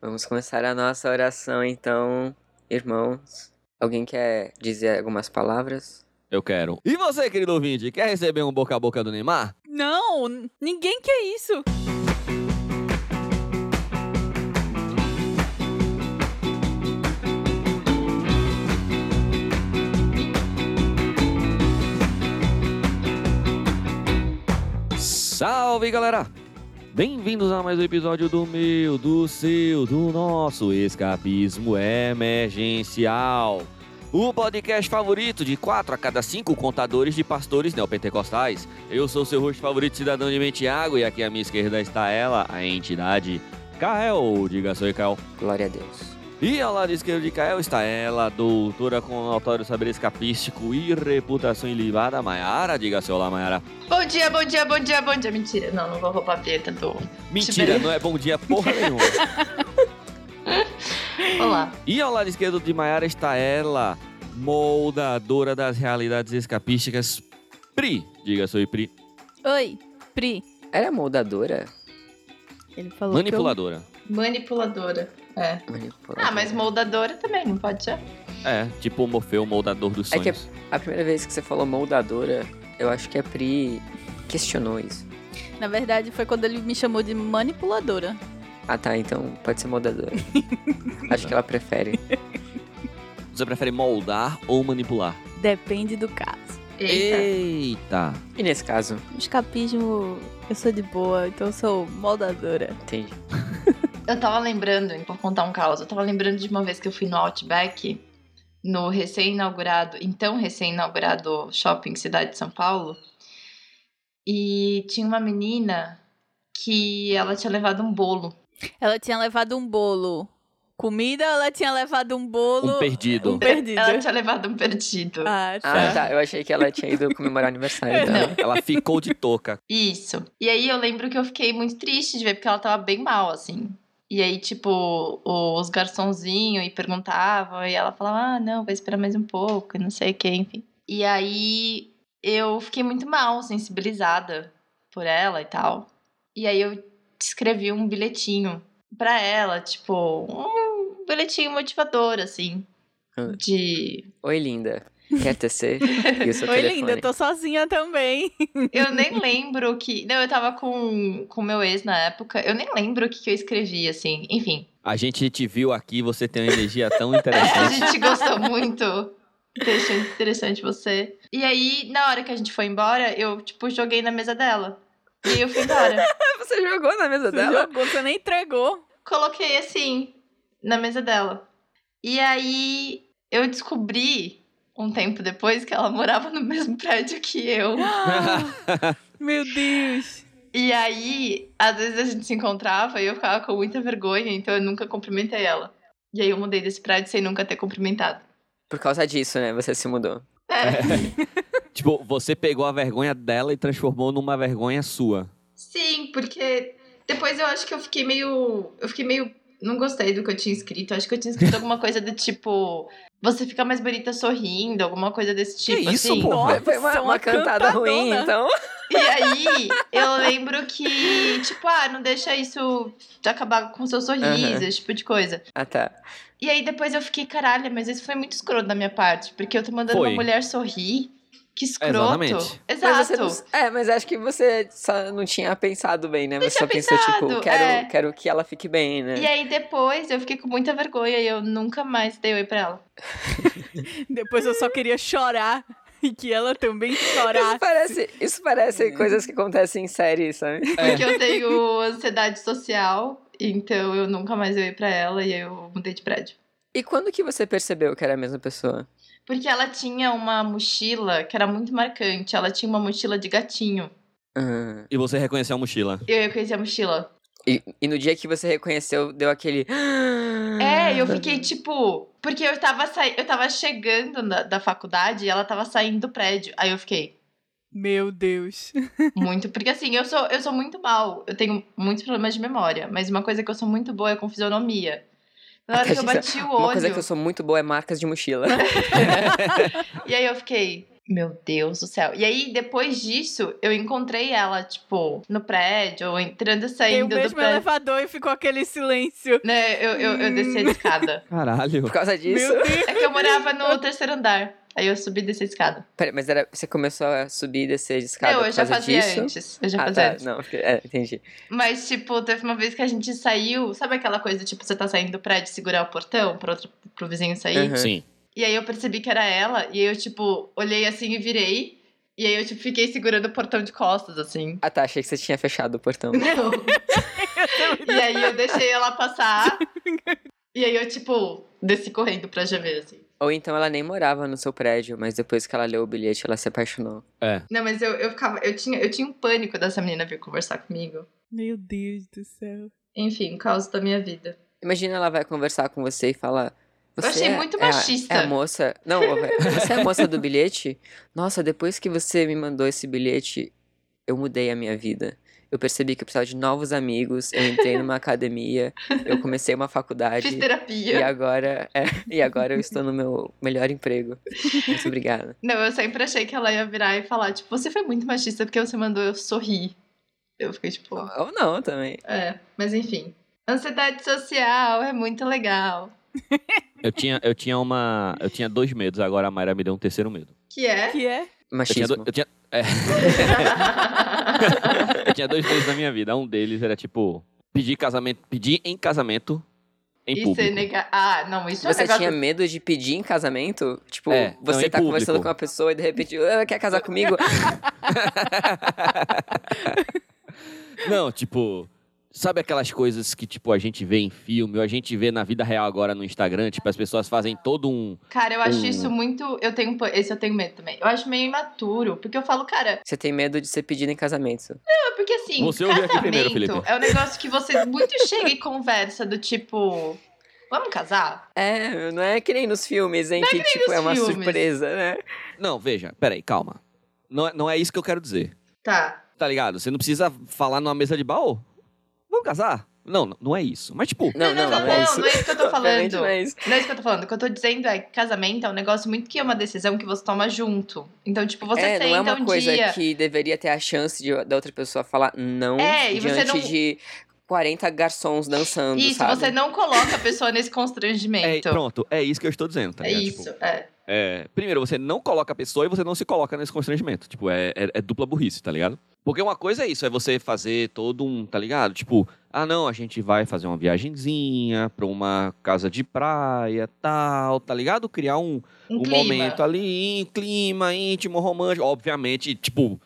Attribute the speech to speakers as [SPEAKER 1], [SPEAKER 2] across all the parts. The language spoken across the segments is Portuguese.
[SPEAKER 1] Vamos começar a nossa oração então, irmãos. Alguém quer dizer algumas palavras?
[SPEAKER 2] Eu quero. E você, querido ouvinte, quer receber um boca a boca do Neymar?
[SPEAKER 3] Não, n- ninguém quer isso.
[SPEAKER 2] Salve, galera! Bem-vindos a mais um episódio do meu, do seu, do nosso Escapismo Emergencial. O podcast favorito de quatro a cada cinco contadores de pastores neopentecostais. Eu sou seu host favorito, cidadão de Mentiago, e aqui à minha esquerda está ela, a entidade Kael. Diga, sou Kael.
[SPEAKER 1] Glória a Deus.
[SPEAKER 2] E ao lado esquerdo de Kael está ela, doutora com notório saber escapístico e reputação ilibada, Maiara. Diga seu olá, Maiara.
[SPEAKER 4] Bom dia, bom dia, bom dia, bom dia. Mentira, não, não vou roubar a vinheta do.
[SPEAKER 2] Mentira, não é bom dia porra nenhuma.
[SPEAKER 4] Olá.
[SPEAKER 2] E ao lado esquerdo de Maiara está ela, moldadora das realidades escapísticas, Pri. Diga, sou Pri.
[SPEAKER 3] Oi, Pri.
[SPEAKER 1] Ela é moldadora?
[SPEAKER 3] Ele falou
[SPEAKER 2] Manipuladora.
[SPEAKER 4] Manipuladora. É.
[SPEAKER 1] Manipuladora.
[SPEAKER 4] Ah, mas moldadora também, não pode ser?
[SPEAKER 2] É, tipo o Morfeu, moldador dos
[SPEAKER 1] É que
[SPEAKER 2] sonhos.
[SPEAKER 1] A primeira vez que você falou moldadora, eu acho que a Pri questionou isso.
[SPEAKER 3] Que eu, na verdade, foi quando ele me chamou de manipuladora.
[SPEAKER 1] Ah tá, então pode ser moldadora. acho que ela prefere.
[SPEAKER 2] Você prefere moldar ou manipular?
[SPEAKER 3] Depende do caso.
[SPEAKER 4] Eita.
[SPEAKER 2] Eita.
[SPEAKER 1] E nesse caso,
[SPEAKER 3] No escapismo, eu sou de boa, então eu sou moldadora.
[SPEAKER 1] entendi.
[SPEAKER 4] Eu tava lembrando, vou contar um caos, eu tava lembrando de uma vez que eu fui no Outback, no recém-inaugurado, então recém-inaugurado shopping Cidade de São Paulo, e tinha uma menina que ela tinha levado um bolo.
[SPEAKER 3] Ela tinha levado um bolo. Comida, ela tinha levado um bolo.
[SPEAKER 2] Um perdido.
[SPEAKER 3] Um perdido.
[SPEAKER 4] Ela tinha levado um perdido.
[SPEAKER 3] Ah, tá.
[SPEAKER 1] Ah tá, eu achei que ela tinha ido comemorar aniversário dela.
[SPEAKER 2] Ela, ela ficou de touca.
[SPEAKER 4] Isso. E aí eu lembro que eu fiquei muito triste de ver, porque ela tava bem mal, assim. E aí, tipo, os garçonzinhos e perguntavam, e ela falava, ah, não, vai esperar mais um pouco, e não sei o que, enfim. E aí eu fiquei muito mal, sensibilizada por ela e tal. E aí eu escrevi um bilhetinho pra ela, tipo, um bilhetinho motivador, assim.
[SPEAKER 1] Ah.
[SPEAKER 4] De.
[SPEAKER 1] Oi, linda. Quer tecer? E o seu
[SPEAKER 3] Oi,
[SPEAKER 1] telefone?
[SPEAKER 3] linda, eu tô sozinha também.
[SPEAKER 4] Eu nem lembro que. Não, eu tava com o meu ex na época. Eu nem lembro o que, que eu escrevi, assim. Enfim.
[SPEAKER 2] A gente te viu aqui, você tem uma energia tão
[SPEAKER 4] A
[SPEAKER 2] interessante.
[SPEAKER 4] gente gostou muito. Deixou interessante você. E aí, na hora que a gente foi embora, eu, tipo, joguei na mesa dela. E aí eu fui embora.
[SPEAKER 1] Você jogou na mesa
[SPEAKER 3] Você jogou, você nem entregou.
[SPEAKER 4] Coloquei assim, na mesa dela. E aí eu descobri, um tempo depois, que ela morava no mesmo prédio que eu.
[SPEAKER 3] Meu Deus.
[SPEAKER 4] E aí, às vezes a gente se encontrava e eu ficava com muita vergonha, então eu nunca cumprimentei ela. E aí eu mudei desse prédio sem nunca ter cumprimentado.
[SPEAKER 1] Por causa disso, né? Você se mudou.
[SPEAKER 4] É.
[SPEAKER 2] tipo, você pegou a vergonha dela e transformou numa vergonha sua.
[SPEAKER 4] Sim, porque depois eu acho que eu fiquei meio. Eu fiquei meio. Não gostei do que eu tinha escrito. Eu acho que eu tinha escrito alguma coisa do tipo. Você fica mais bonita sorrindo, alguma coisa desse tipo.
[SPEAKER 2] isso,
[SPEAKER 4] assim.
[SPEAKER 2] pô? Porra.
[SPEAKER 1] Foi uma, uma cantada ruim, então.
[SPEAKER 4] E aí, eu lembro que, tipo, ah, não deixa isso acabar com o seu sorriso,
[SPEAKER 1] Aham.
[SPEAKER 4] esse tipo de coisa.
[SPEAKER 1] Ah, tá.
[SPEAKER 4] E aí depois eu fiquei, caralho, mas isso foi muito escroto da minha parte, porque eu tô mandando
[SPEAKER 2] Foi.
[SPEAKER 4] uma mulher sorrir. Que escroto.
[SPEAKER 2] Exatamente.
[SPEAKER 1] Mas você
[SPEAKER 4] Exato.
[SPEAKER 1] não- é, mas acho que você só não tinha pensado bem, né?
[SPEAKER 4] Não
[SPEAKER 1] Você só
[SPEAKER 4] tinha
[SPEAKER 1] pensou, tipo,
[SPEAKER 4] pensado,
[SPEAKER 1] quero,
[SPEAKER 4] é.
[SPEAKER 1] quero que ela fique bem, né?
[SPEAKER 4] E é aí depois eu fiquei com muita vergonha e eu nunca mais dei oi pra ela.
[SPEAKER 3] Depois eu só queria chorar e que ela também
[SPEAKER 1] Isso
[SPEAKER 3] chorasse.
[SPEAKER 1] parece, isso parece coisas que acontecem em série, sabe?
[SPEAKER 2] É.
[SPEAKER 4] Porque eu tenho ansiedade social, então eu nunca mais dei oi pra ela e aí eu mudei de prédio.
[SPEAKER 1] E quando que você percebeu que era a mesma pessoa?
[SPEAKER 4] Porque ela tinha uma mochila que era muito marcante. Ela tinha uma mochila de gatinho.
[SPEAKER 1] Ah.
[SPEAKER 2] E você reconheceu a mochila.
[SPEAKER 4] Eu reconheci a mochila.
[SPEAKER 1] E, e no dia que você reconheceu, deu aquele. Ah,
[SPEAKER 4] É, eu fiquei tipo. Porque eu tava, sai... eu tava chegando na- da faculdade e ela tava saindo do prédio. Aí eu fiquei.
[SPEAKER 3] Meu Deus.
[SPEAKER 4] Muito, porque assim, eu sou, eu sou muito mal. Eu tenho muitos problemas de memória, mas uma coisa que eu sou muito boa é com fisionomia. Na hora que eu bati o
[SPEAKER 1] Uma
[SPEAKER 4] olho,
[SPEAKER 1] coisa que eu sou muito boa é marcas de mochila.
[SPEAKER 4] e aí eu fiquei, Meu Deus do céu. E aí, depois disso, eu encontrei ela, tipo, no prédio, ou entrando
[SPEAKER 3] Tem
[SPEAKER 4] e
[SPEAKER 3] o
[SPEAKER 4] saindo do
[SPEAKER 3] mesmo
[SPEAKER 4] prédio.
[SPEAKER 3] elevador e ficou aquele silêncio.
[SPEAKER 4] Né, eu, eu, eu desci a escada.
[SPEAKER 2] Caralho.
[SPEAKER 1] Por causa disso.
[SPEAKER 3] Meu Deus.
[SPEAKER 4] É que eu morava no terceiro andar. Aí eu subi e desci a escada.
[SPEAKER 1] Pera, mas era, você começou a subir e descer de escada
[SPEAKER 4] não,
[SPEAKER 1] por
[SPEAKER 4] eu já
[SPEAKER 1] causa
[SPEAKER 4] fazia
[SPEAKER 1] disso?
[SPEAKER 4] antes. Eu já
[SPEAKER 1] ah,
[SPEAKER 4] fazia
[SPEAKER 1] tá.
[SPEAKER 4] antes.
[SPEAKER 1] Não, porque- é, entendi.
[SPEAKER 4] Mas, tipo, teve uma vez que a gente saiu. Sabe aquela coisa, tipo, você tá saindo do prédio e segurar o portão pro, outro, pro vizinho sair?
[SPEAKER 1] Uhum.
[SPEAKER 2] Sim.
[SPEAKER 4] E aí eu percebi que era ela. E aí eu, tipo, olhei assim e virei. E aí eu, tipo, fiquei segurando o portão de costas, assim.
[SPEAKER 1] Ah, tá. Achei que você tinha fechado o portão.
[SPEAKER 4] Não. e aí eu deixei ela passar. E aí eu, tipo, desci correndo pra GV, assim.
[SPEAKER 1] Ou então ela nem morava no seu prédio, mas depois que ela leu o bilhete, ela se apaixonou.
[SPEAKER 2] É.
[SPEAKER 4] Não, mas eu, eu ficava. Eu tinha, eu tinha um pânico dessa menina vir conversar comigo.
[SPEAKER 3] Meu Deus do céu.
[SPEAKER 4] Enfim, um caos da minha vida.
[SPEAKER 1] Imagina ela vai conversar com você e fala. Você
[SPEAKER 4] achei
[SPEAKER 1] é-
[SPEAKER 4] muito
[SPEAKER 1] é a-
[SPEAKER 4] machista.
[SPEAKER 1] É a, moça. Não, ô, véi, você é a moça do bilhete? Nossa, depois que você me mandou esse bilhete, eu mudei a minha vida. Eu percebi que eu precisava de novos amigos, eu entrei numa academia, eu comecei uma
[SPEAKER 4] Fiz
[SPEAKER 1] faculdade.
[SPEAKER 4] terapia.
[SPEAKER 1] E agora, é, e agora eu estou no meu melhor emprego. Muito obrigada.
[SPEAKER 4] Não, eu sempre achei que ela ia virar e falar, tipo, você foi muito machista porque você mandou eu sorrir. Eu fiquei tipo,
[SPEAKER 1] Ou não também.
[SPEAKER 4] é, mas enfim. Ansiedade social é muito legal.
[SPEAKER 2] Eu tinha, eu tinha uma. Eu tinha dois medos, agora a Mayra me deu um terceiro medo.
[SPEAKER 4] Que é?
[SPEAKER 3] Que é?
[SPEAKER 2] Eu tinha, do-
[SPEAKER 1] Machismo.
[SPEAKER 2] eu tinha-
[SPEAKER 1] é.
[SPEAKER 2] eu tinha dois medos na minha vida. Um deles era, tipo, pedir casamento. Pedir em casamento em
[SPEAKER 4] e
[SPEAKER 2] público.
[SPEAKER 4] ser nega... Ah, não, isso é
[SPEAKER 1] Você
[SPEAKER 4] um negócio...
[SPEAKER 1] tinha medo de pedir em casamento? Tipo,
[SPEAKER 2] É, não,
[SPEAKER 1] você
[SPEAKER 2] em
[SPEAKER 1] tá conversando
[SPEAKER 2] público.
[SPEAKER 1] com uma pessoa e de repente, "Ah, quer casar comigo?
[SPEAKER 2] Não, tipo, sabe aquelas coisas que, tipo, a gente vê em filme ou a gente vê na vida real agora no Instagram? Tipo, as pessoas fazem todo um.
[SPEAKER 4] Cara, eu acho
[SPEAKER 2] Hum.
[SPEAKER 4] isso muito... Eu tenho... pa- Esse eu tenho medo também. Eu acho meio imaturo, porque eu falo, cara...
[SPEAKER 1] Você tem medo de ser pedido em casamento.
[SPEAKER 4] Não, porque assim,
[SPEAKER 2] Você ouviu
[SPEAKER 4] casamento
[SPEAKER 2] aqui primeiro, Felipe.
[SPEAKER 4] é um negócio que você muito chega e conversa do tipo... Vamos casar?
[SPEAKER 1] É, não é que nem nos filmes, hein? que tipo,
[SPEAKER 4] nos
[SPEAKER 1] é uma
[SPEAKER 4] filmes.
[SPEAKER 1] surpresa, né?
[SPEAKER 2] Não, veja, peraí, calma. Não, é- não é isso que eu quero dizer.
[SPEAKER 4] Tá.
[SPEAKER 2] Tá ligado? Você não precisa falar numa mesa de baú. Vamos casar? Não, não, não é isso. Mas, tipo,
[SPEAKER 1] Não, não, não,
[SPEAKER 4] não,
[SPEAKER 1] é
[SPEAKER 4] não,
[SPEAKER 1] isso.
[SPEAKER 4] não é isso que eu tô
[SPEAKER 1] Obviamente
[SPEAKER 4] falando.
[SPEAKER 1] não é isso.
[SPEAKER 4] Não é isso que eu tô falando. O que eu tô dizendo é que casamento é um negócio muito que é uma decisão que você toma junto. Então, tipo, você
[SPEAKER 1] é,
[SPEAKER 4] senta
[SPEAKER 1] não é uma
[SPEAKER 4] um
[SPEAKER 1] coisa
[SPEAKER 4] dia.
[SPEAKER 1] que deveria ter a chance de- da outra pessoa falar não
[SPEAKER 4] É, e você
[SPEAKER 1] diante
[SPEAKER 4] não-
[SPEAKER 1] de 40 garçons dançando,
[SPEAKER 4] Isso,
[SPEAKER 1] sabe?
[SPEAKER 4] você não coloca a pessoa nesse
[SPEAKER 2] é,
[SPEAKER 4] constrangimento.
[SPEAKER 2] pronto, é isso que eu estou dizendo, tá
[SPEAKER 4] É,
[SPEAKER 2] ligado? Tipo,
[SPEAKER 4] isso, é.
[SPEAKER 2] É, primeiro, você não coloca a pessoa e você não se coloca nesse constrangimento. Tipo, é, é- é dupla burrice, tá ligado? Porque uma coisa é isso, é você fazer todo um, tá ligado? Tipo, ah não, a gente vai fazer uma viagenzinha pra uma casa de praia, tal, tá ligado? Criar um,
[SPEAKER 4] Um,
[SPEAKER 2] um
[SPEAKER 4] clima.
[SPEAKER 2] momento ali, um clima íntimo, romântico. Obviamente, tipo,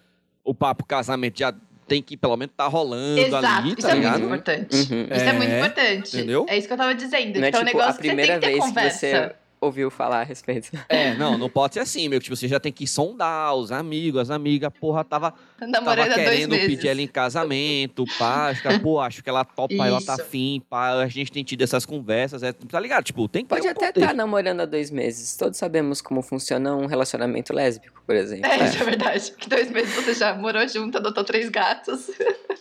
[SPEAKER 2] o papo casamento já tem que pelo menos tá rolando
[SPEAKER 4] Exato,
[SPEAKER 2] ali,
[SPEAKER 4] isso
[SPEAKER 2] tá
[SPEAKER 4] é
[SPEAKER 2] ligado?
[SPEAKER 4] muito importante.
[SPEAKER 1] Uhum.
[SPEAKER 4] Isso é muito
[SPEAKER 2] É,
[SPEAKER 4] importante.
[SPEAKER 2] entendeu?
[SPEAKER 4] É isso que eu tava dizendo.
[SPEAKER 1] Não é tipo
[SPEAKER 4] então, é um
[SPEAKER 1] a
[SPEAKER 4] negócio que
[SPEAKER 1] primeira
[SPEAKER 4] você tem que ter
[SPEAKER 1] vez
[SPEAKER 4] conversa.
[SPEAKER 1] que você ouviu falar a respeito.
[SPEAKER 2] É, não, não pode ser assim, meu. que, Tipo, você já tem que sondar os amigos, as amigas, porra, tava
[SPEAKER 4] Namorando
[SPEAKER 2] tava
[SPEAKER 4] há dois
[SPEAKER 2] querendo
[SPEAKER 4] meses.
[SPEAKER 2] pedir ela em casamento, pá, acho que, pô, acho que ela topa, ela tá
[SPEAKER 4] Isso.
[SPEAKER 2] afim, pá, a gente tem tido essas conversas, é, tá ligado? Tipo, tem que
[SPEAKER 1] Pode
[SPEAKER 2] ter um
[SPEAKER 1] até estar
[SPEAKER 4] tá,
[SPEAKER 2] contexto.
[SPEAKER 4] né?
[SPEAKER 1] namorando há dois meses. Todos sabemos como funciona um relacionamento lésbico, por exemplo.
[SPEAKER 4] É, isso é verdade. Que dois meses você já morou junto, adotou três gatos.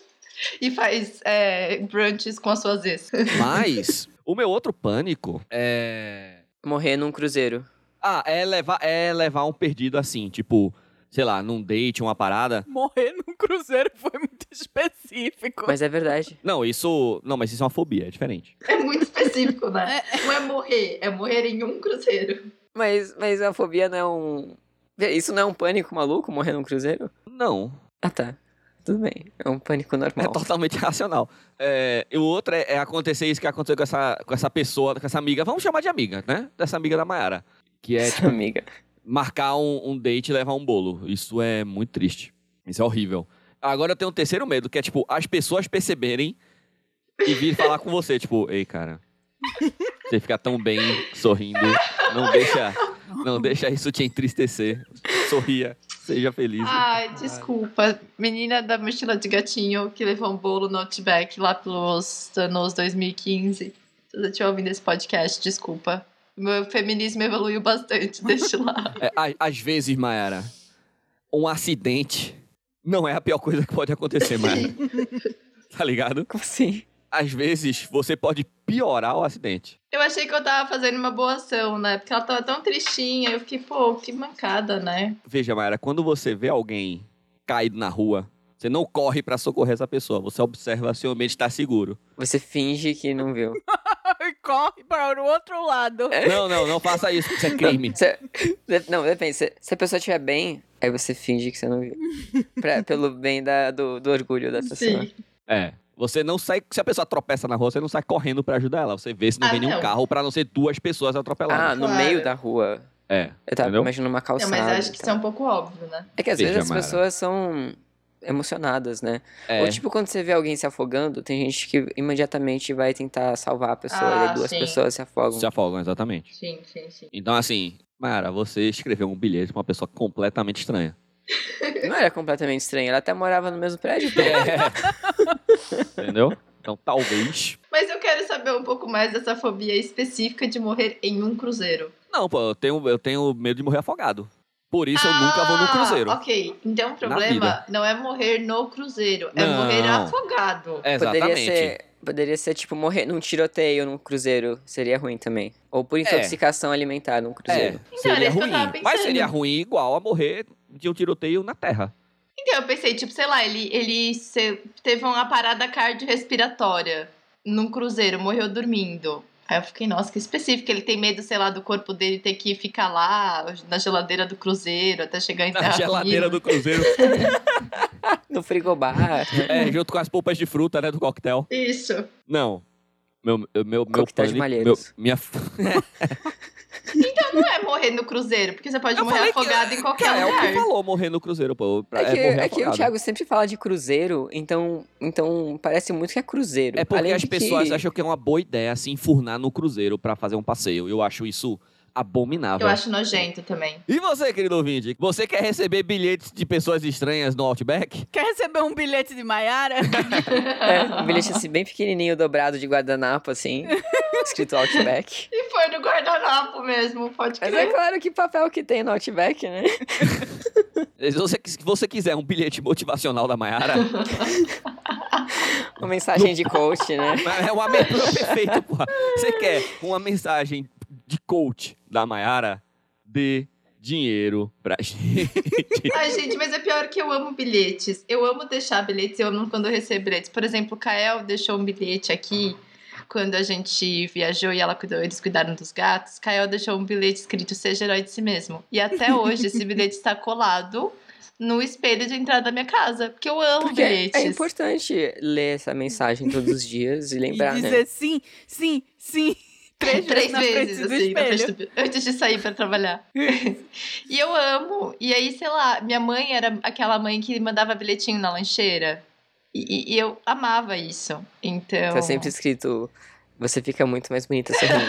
[SPEAKER 4] e faz é, brunches com as suas ex.
[SPEAKER 2] Mas, o meu outro pânico é...
[SPEAKER 1] Morrer num cruzeiro.
[SPEAKER 2] Ah, é levar, é levar um perdido assim, tipo, sei lá, num date, uma parada.
[SPEAKER 3] Morrer num cruzeiro foi muito específico.
[SPEAKER 1] Mas é verdade.
[SPEAKER 2] Não, isso... Não, mas isso é uma fobia, é diferente.
[SPEAKER 4] É muito específico, né? Não é morrer, é morrer em um cruzeiro.
[SPEAKER 1] Mas, mas a fobia não é um. Vê, Isso não é um pânico maluco, morrer num cruzeiro?
[SPEAKER 2] Não,
[SPEAKER 1] Ah, tá. Tudo bem. É um pânico
[SPEAKER 2] é
[SPEAKER 1] normal.
[SPEAKER 2] totalmente irracional. É, e o outro é, é acontecer isso que aconteceu com essa, com essa pessoa, com essa amiga, vamos chamar de amiga, né? Dessa amiga da Mayara. Que é,
[SPEAKER 1] Essa amiga.
[SPEAKER 2] marcar um, um date e levar um bolo. Isso é muito triste. Isso é horrível. Agora eu tenho um terceiro medo, que é, tipo, as pessoas perceberem e vir falar com você. Tipo, ei, cara, você fica tão bem sorrindo. Não deixa, não deixa isso te entristecer. Sorria, seja
[SPEAKER 1] é
[SPEAKER 2] feliz.
[SPEAKER 4] Ai, desculpa. Menina da mochila de gatinho que levou um bolo no Outback lá pelos anos 2015. Se você estiver ouvindo esse podcast, desculpa. Meu feminismo evoluiu bastante desde lá.
[SPEAKER 2] É, a- às vezes, Mayara, um acidente não é a pior coisa que pode acontecer, Mayara. Tá ligado?
[SPEAKER 1] Como assim?
[SPEAKER 2] às vezes, você pode piorar o acidente.
[SPEAKER 4] Eu achei que eu tava fazendo uma boa ação, né? Porque ela tava tão tristinha. Eu fiquei, pô, que mancada, né?
[SPEAKER 2] Veja, Mayra, quando você vê alguém caído na rua, você não corre pra socorrer essa pessoa. Você observa se o ambiente está seguro.
[SPEAKER 1] Você finge que não viu.
[SPEAKER 3] Corre para o outro lado.
[SPEAKER 2] Não, não, não faça isso. Isso é crime.
[SPEAKER 1] Você- de- não, depende. Se, se a pessoa estiver bem, aí você finge que você não viu. Pra- pelo bem da- do, do orgulho da pessoa.
[SPEAKER 4] Sim.
[SPEAKER 2] É. Você não sai. Se a pessoa tropeça na rua, você não sai correndo pra ajudar ela. Você vê se não
[SPEAKER 4] Ah,
[SPEAKER 2] vem nenhum
[SPEAKER 4] não.
[SPEAKER 2] carro pra não ser duas pessoas atropeladas.
[SPEAKER 1] Ah, no
[SPEAKER 4] Claro.
[SPEAKER 1] meio da rua.
[SPEAKER 2] É.
[SPEAKER 1] Eu tava
[SPEAKER 2] Entendeu?
[SPEAKER 1] imaginando uma
[SPEAKER 4] Não,
[SPEAKER 1] calçada.
[SPEAKER 4] mas acho que
[SPEAKER 1] então.
[SPEAKER 4] isso é um pouco óbvio, né?
[SPEAKER 1] É que às
[SPEAKER 2] Veja,
[SPEAKER 1] vezes as
[SPEAKER 2] Mara.
[SPEAKER 1] pessoas são emocionadas, né?
[SPEAKER 2] É.
[SPEAKER 1] Ou tipo, quando você vê alguém se afogando, tem gente que imediatamente vai tentar salvar a pessoa.
[SPEAKER 4] Ah,
[SPEAKER 1] e daí duas
[SPEAKER 4] sim.
[SPEAKER 1] pessoas se afogam.
[SPEAKER 2] Se afogam, exatamente.
[SPEAKER 4] Sim, sim, sim.
[SPEAKER 2] Então, assim, Mara, você escreveu um bilhete pra uma pessoa completamente estranha.
[SPEAKER 1] Não era completamente estranho. Ela até morava no mesmo prédio. pô.
[SPEAKER 2] É.
[SPEAKER 4] É.
[SPEAKER 2] Entendeu? Então, talvez.
[SPEAKER 4] Mas eu quero saber um pouco mais dessa fobia específica de morrer em um cruzeiro.
[SPEAKER 2] Não, pô, eu tenho, eu tenho medo de morrer afogado. Por isso eu nunca vou no
[SPEAKER 4] Ah,
[SPEAKER 2] cruzeiro.
[SPEAKER 4] Ok, então o
[SPEAKER 2] vida.
[SPEAKER 4] problema não é morrer no cruzeiro, é
[SPEAKER 2] Não.
[SPEAKER 4] morrer afogado.
[SPEAKER 1] Poderia
[SPEAKER 2] Exatamente.
[SPEAKER 1] ser, poderia ser, tipo, morrer num tiroteio num cruzeiro. Seria ruim também. Ou por intoxicação alimentar num cruzeiro.
[SPEAKER 2] É, seria
[SPEAKER 4] era isso que Então, eu tava
[SPEAKER 2] ruim. Mas
[SPEAKER 4] pensando.
[SPEAKER 2] seria ruim igual a morrer de um tiroteio na terra.
[SPEAKER 4] Então eu pensei, tipo, sei lá, ele, ele se- teve uma parada cardiorrespiratória num cruzeiro, morreu dormindo. Aí eu fiquei, nossa, que específico. Ele tem medo, sei lá, do corpo dele ter que ficar lá na geladeira do cruzeiro até chegar em
[SPEAKER 2] Na
[SPEAKER 4] terra
[SPEAKER 2] geladeira
[SPEAKER 4] firme.
[SPEAKER 2] do cruzeiro.
[SPEAKER 1] No frigobar.
[SPEAKER 2] é, junto com as polpas de fruta, né, do coquetel.
[SPEAKER 4] Isso.
[SPEAKER 2] Não. Meu, meu, meu
[SPEAKER 1] Coquetel de
[SPEAKER 2] pânico-
[SPEAKER 1] Malheiros.
[SPEAKER 2] meu- minha... f-
[SPEAKER 4] Não é morrer no cruzeiro, porque você pode
[SPEAKER 2] Eu
[SPEAKER 4] morrer
[SPEAKER 2] falei que-
[SPEAKER 4] afogado em qualquer
[SPEAKER 2] Cara, é o
[SPEAKER 4] lugar.
[SPEAKER 2] que falou morrer no cruzeiro, pô. Pra-
[SPEAKER 1] É que,
[SPEAKER 2] morrer
[SPEAKER 1] é que o
[SPEAKER 2] afogado.
[SPEAKER 1] Thiago sempre fala de cruzeiro, então, então parece muito que é cruzeiro.
[SPEAKER 2] É porque
[SPEAKER 1] Além
[SPEAKER 2] as
[SPEAKER 1] de
[SPEAKER 2] pessoas
[SPEAKER 1] que...
[SPEAKER 2] acham que é uma boa ideia se enfurnar no cruzeiro pra fazer um passeio. Eu acho isso abominável.
[SPEAKER 4] Eu acho nojento também.
[SPEAKER 2] E você, querido ouvinte? Você quer receber bilhetes de pessoas estranhas no Outback?
[SPEAKER 3] Quer receber um bilhete de Maiara?
[SPEAKER 1] É, um bilhete assim bem pequenininho, dobrado de guardanapo, assim, escrito Outback.
[SPEAKER 4] E foi no guardanapo mesmo, pode
[SPEAKER 1] Mas
[SPEAKER 4] crer.
[SPEAKER 2] Uhum.
[SPEAKER 1] é claro que papel que tem no Outback, né?
[SPEAKER 2] Se você, se você quiser um bilhete motivacional da Mayara,
[SPEAKER 1] Uma mensagem de coach, né?
[SPEAKER 2] é uma abertura perfeita, porra. Você quer uma mensagem de coach da Mayara? Dê dinheiro pra gente.
[SPEAKER 4] Ai, gente, mas é pior que eu amo bilhetes. Eu amo deixar bilhetes, eu amo quando eu recebo bilhetes. Por exemplo, o Kael deixou um bilhete aqui quando a gente viajou e ela cuidou, eles cuidaram dos gatos. Kael deixou um bilhete escrito Seja herói de si mesmo. E até hoje esse bilhete está colado no espelho de entrada da minha casa, porque eu amo
[SPEAKER 1] Porque
[SPEAKER 4] bilhetes.
[SPEAKER 1] é importante ler essa mensagem todos os dias e
[SPEAKER 3] E
[SPEAKER 1] lembrar, né?
[SPEAKER 3] dizer sim, sim, sim. Três,
[SPEAKER 4] Três
[SPEAKER 3] na frente
[SPEAKER 4] vezes,
[SPEAKER 3] do
[SPEAKER 4] assim, na
[SPEAKER 3] espelho.
[SPEAKER 4] frente do- antes de sair pra trabalhar. e eu amo. E aí, sei lá, minha mãe era aquela mãe que mandava bilhetinho na lancheira. E, e- e eu amava isso. Então.
[SPEAKER 1] Tá sempre escrito, você fica muito mais bonita sorrindo.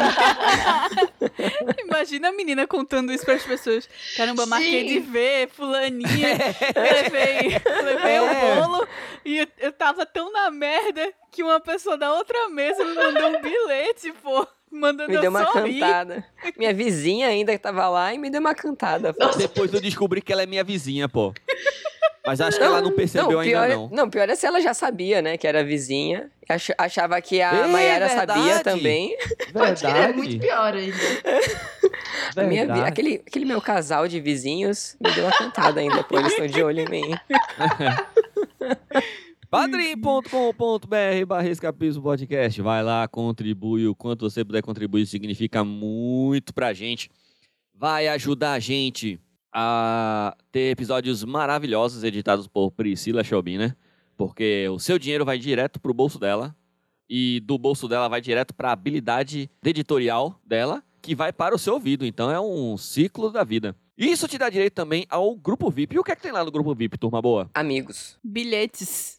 [SPEAKER 3] Imagina a menina contando isso pras pessoas. Caramba,
[SPEAKER 4] Sim.
[SPEAKER 3] marquei de ver, fulaninha. levei levei
[SPEAKER 1] É.
[SPEAKER 3] o bolo e eu, eu tava tão na merda que uma pessoa da outra mesa me mandou um bilhete, pô. Mandando
[SPEAKER 1] Me
[SPEAKER 3] eu
[SPEAKER 1] deu uma
[SPEAKER 3] sorrir.
[SPEAKER 1] cantada. Minha vizinha ainda que tava lá e me deu uma cantada.
[SPEAKER 2] Depois eu descobri que ela é minha vizinha, pô. Mas acho que ela não percebeu
[SPEAKER 1] não, pior
[SPEAKER 2] ainda,
[SPEAKER 1] é,
[SPEAKER 2] não.
[SPEAKER 1] pior é se ela já sabia, né? Que era vizinha. ach- achava que a
[SPEAKER 2] É,
[SPEAKER 1] Mayara
[SPEAKER 2] verdade.
[SPEAKER 1] sabia também.
[SPEAKER 4] Pode crer, é muito pior ainda.
[SPEAKER 1] A minha vi- aquele, aquele meu casal de vizinhos me deu uma cantada ainda, pô. Eles estão de olho em mim.
[SPEAKER 2] padrim.com.br barra escapismo podcast. Vai lá, contribui. O quanto você puder contribuir significa muito pra gente. Vai ajudar a gente a ter episódios maravilhosos editados por Priscila Chaubin, né? Porque o seu dinheiro vai direto pro bolso dela. E do bolso dela vai direto pra habilidade editorial dela, que vai para o seu ouvido. Então é um ciclo da vida. Isso te dá direito também ao grupo VIP. E o que é que tem lá no grupo VIP, turma boa?
[SPEAKER 1] Amigos,
[SPEAKER 3] Bilhetes.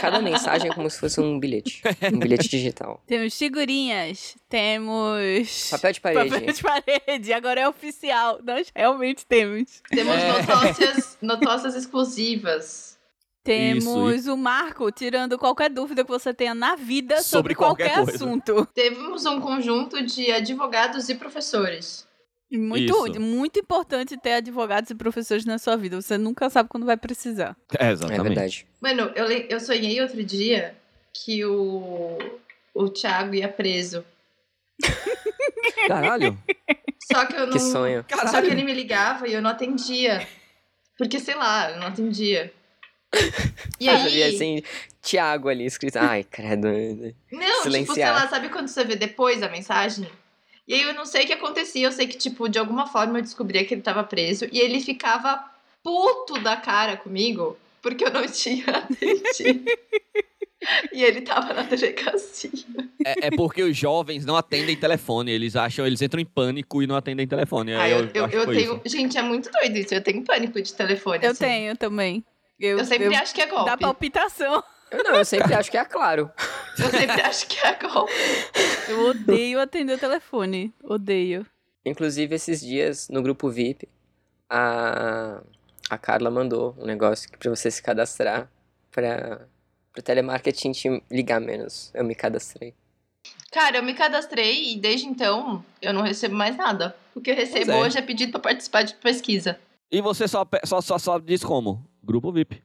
[SPEAKER 1] cada mensagem é como se fosse um bilhete. Um bilhete digital.
[SPEAKER 3] Temos figurinhas. Temos.
[SPEAKER 1] Papel de parede.
[SPEAKER 3] Papel de parede. Agora é oficial. Nós realmente temos.
[SPEAKER 4] Temos
[SPEAKER 2] É.
[SPEAKER 4] notócias, notócias exclusivas.
[SPEAKER 3] Temos o Marco tirando qualquer dúvida que você tenha na vida
[SPEAKER 2] Sobre
[SPEAKER 3] sobre,
[SPEAKER 2] qualquer
[SPEAKER 3] qualquer,
[SPEAKER 2] coisa.
[SPEAKER 3] assunto.
[SPEAKER 4] Temos um conjunto de advogados e professores.
[SPEAKER 3] E Muito,
[SPEAKER 2] Isso.
[SPEAKER 3] muito importante ter advogados e professores na sua vida. Você nunca sabe quando vai precisar.
[SPEAKER 2] É,
[SPEAKER 1] É verdade.
[SPEAKER 4] Mano, eu, le- eu sonhei outro dia que o, o Thiago ia preso.
[SPEAKER 2] Caralho.
[SPEAKER 4] Só que eu não.
[SPEAKER 1] Que sonho.
[SPEAKER 4] Só que
[SPEAKER 2] Caralho.
[SPEAKER 4] ele me ligava e eu não atendia. Porque, sei lá, eu não atendia. E
[SPEAKER 1] Eu vi
[SPEAKER 4] aí.
[SPEAKER 1] assim, Tiago ali escrito. Ai, credo.
[SPEAKER 4] Não, tipo, sei
[SPEAKER 1] Silenciar.
[SPEAKER 4] lá, sabe quando você vê depois a mensagem? E aí eu não sei o que acontecia, eu sei que, tipo, de alguma forma eu descobria que ele tava preso e ele ficava puto da cara comigo porque eu não tinha atendido. e ele tava na delegacia.
[SPEAKER 2] É, é porque os jovens não atendem telefone. Eles acham, eles entram em pânico e não atendem telefone.
[SPEAKER 4] aí Ah, eu, eu,
[SPEAKER 2] É, acho que
[SPEAKER 4] eu
[SPEAKER 2] foi
[SPEAKER 4] tenho.
[SPEAKER 2] isso.
[SPEAKER 4] Gente, é muito doido isso, eu tenho pânico de telefone.
[SPEAKER 3] Eu
[SPEAKER 4] assim.
[SPEAKER 3] tenho também. Eu,
[SPEAKER 4] Eu sempre acho que é golpe.
[SPEAKER 3] Dá palpitação.
[SPEAKER 1] Eu não, eu sempre acho que é claro.
[SPEAKER 4] Eu sempre acho que é golpe.
[SPEAKER 3] Eu odeio atender o telefone. Odeio.
[SPEAKER 1] Inclusive, esses dias, no grupo VIP, a, a Carla mandou um negócio que pra você se cadastrar pra, pro telemarketing te ligar menos. Eu me cadastrei.
[SPEAKER 4] Cara, eu me cadastrei e desde então eu não recebo mais nada. O que eu recebo
[SPEAKER 2] é.
[SPEAKER 4] hoje é pedido pra participar de pesquisa.
[SPEAKER 2] E você só, pe- só, só, só diz como? Grupo VIP.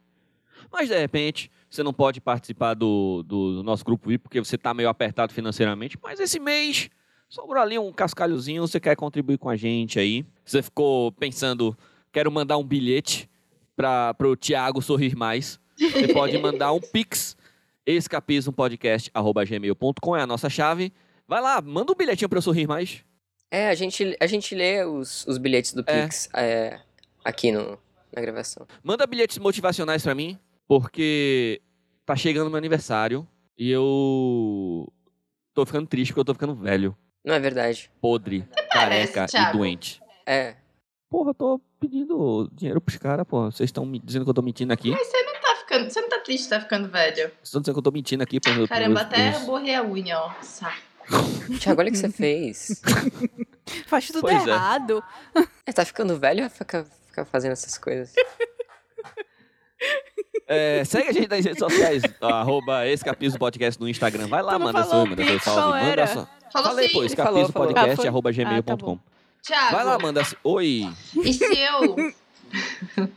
[SPEAKER 2] Mas de repente, você não pode participar do, do nosso grupo VIP porque você tá meio apertado financeiramente. Mas esse mês, sobrou ali um cascalhozinho, você quer contribuir com a gente aí. Você ficou pensando, quero mandar um bilhete para pro Tiago sorrir mais. Você pode mandar um pix, escapismopodcast.gmail.com é a nossa chave. Vai lá, manda um bilhetinho para eu sorrir mais.
[SPEAKER 1] É, a gente, a gente lê os, os bilhetes do
[SPEAKER 2] É.
[SPEAKER 1] Pix é, aqui no, na gravação.
[SPEAKER 2] Manda bilhetes motivacionais pra mim, porque tá chegando meu aniversário e eu tô ficando triste porque eu tô ficando velho,
[SPEAKER 1] Não é verdade?
[SPEAKER 2] podre,
[SPEAKER 4] Parece,
[SPEAKER 2] careca e
[SPEAKER 4] Thiago.
[SPEAKER 2] doente.
[SPEAKER 1] É.
[SPEAKER 2] Porra, eu tô pedindo dinheiro pros caras, porra. Vocês estão me dizendo que eu tô mentindo aqui?
[SPEAKER 4] Mas você não tá ficando. Você não tá triste, tá ficando velho.
[SPEAKER 2] Vocês estão dizendo que eu tô mentindo aqui, porra.
[SPEAKER 4] Caramba,
[SPEAKER 3] é
[SPEAKER 4] até borrei a unha, ó. Saco.
[SPEAKER 1] Tiago, olha o que você fez.
[SPEAKER 3] Faz tudo
[SPEAKER 2] Pois é.
[SPEAKER 3] errado.
[SPEAKER 1] É, tá ficando velho e fica, fica fazendo essas coisas.
[SPEAKER 2] É, segue a gente nas redes sociais, arroba Escapismo Podcast no Instagram. Vai lá,
[SPEAKER 3] Tu não
[SPEAKER 2] manda
[SPEAKER 3] falou
[SPEAKER 2] sua,
[SPEAKER 3] o
[SPEAKER 2] manda seu
[SPEAKER 3] Pix,
[SPEAKER 2] salve,
[SPEAKER 3] qual
[SPEAKER 2] manda
[SPEAKER 3] era?
[SPEAKER 2] sua.
[SPEAKER 4] Falou
[SPEAKER 2] Falei, pô,
[SPEAKER 4] sim,
[SPEAKER 1] falou, falou.
[SPEAKER 2] escapismopodcast,
[SPEAKER 3] Ah,
[SPEAKER 2] arroba
[SPEAKER 3] foi. Ah, tá
[SPEAKER 2] gmail.com.
[SPEAKER 3] bom.
[SPEAKER 4] Thiago.
[SPEAKER 2] Vai lá, manda. Oi.
[SPEAKER 4] E se eu.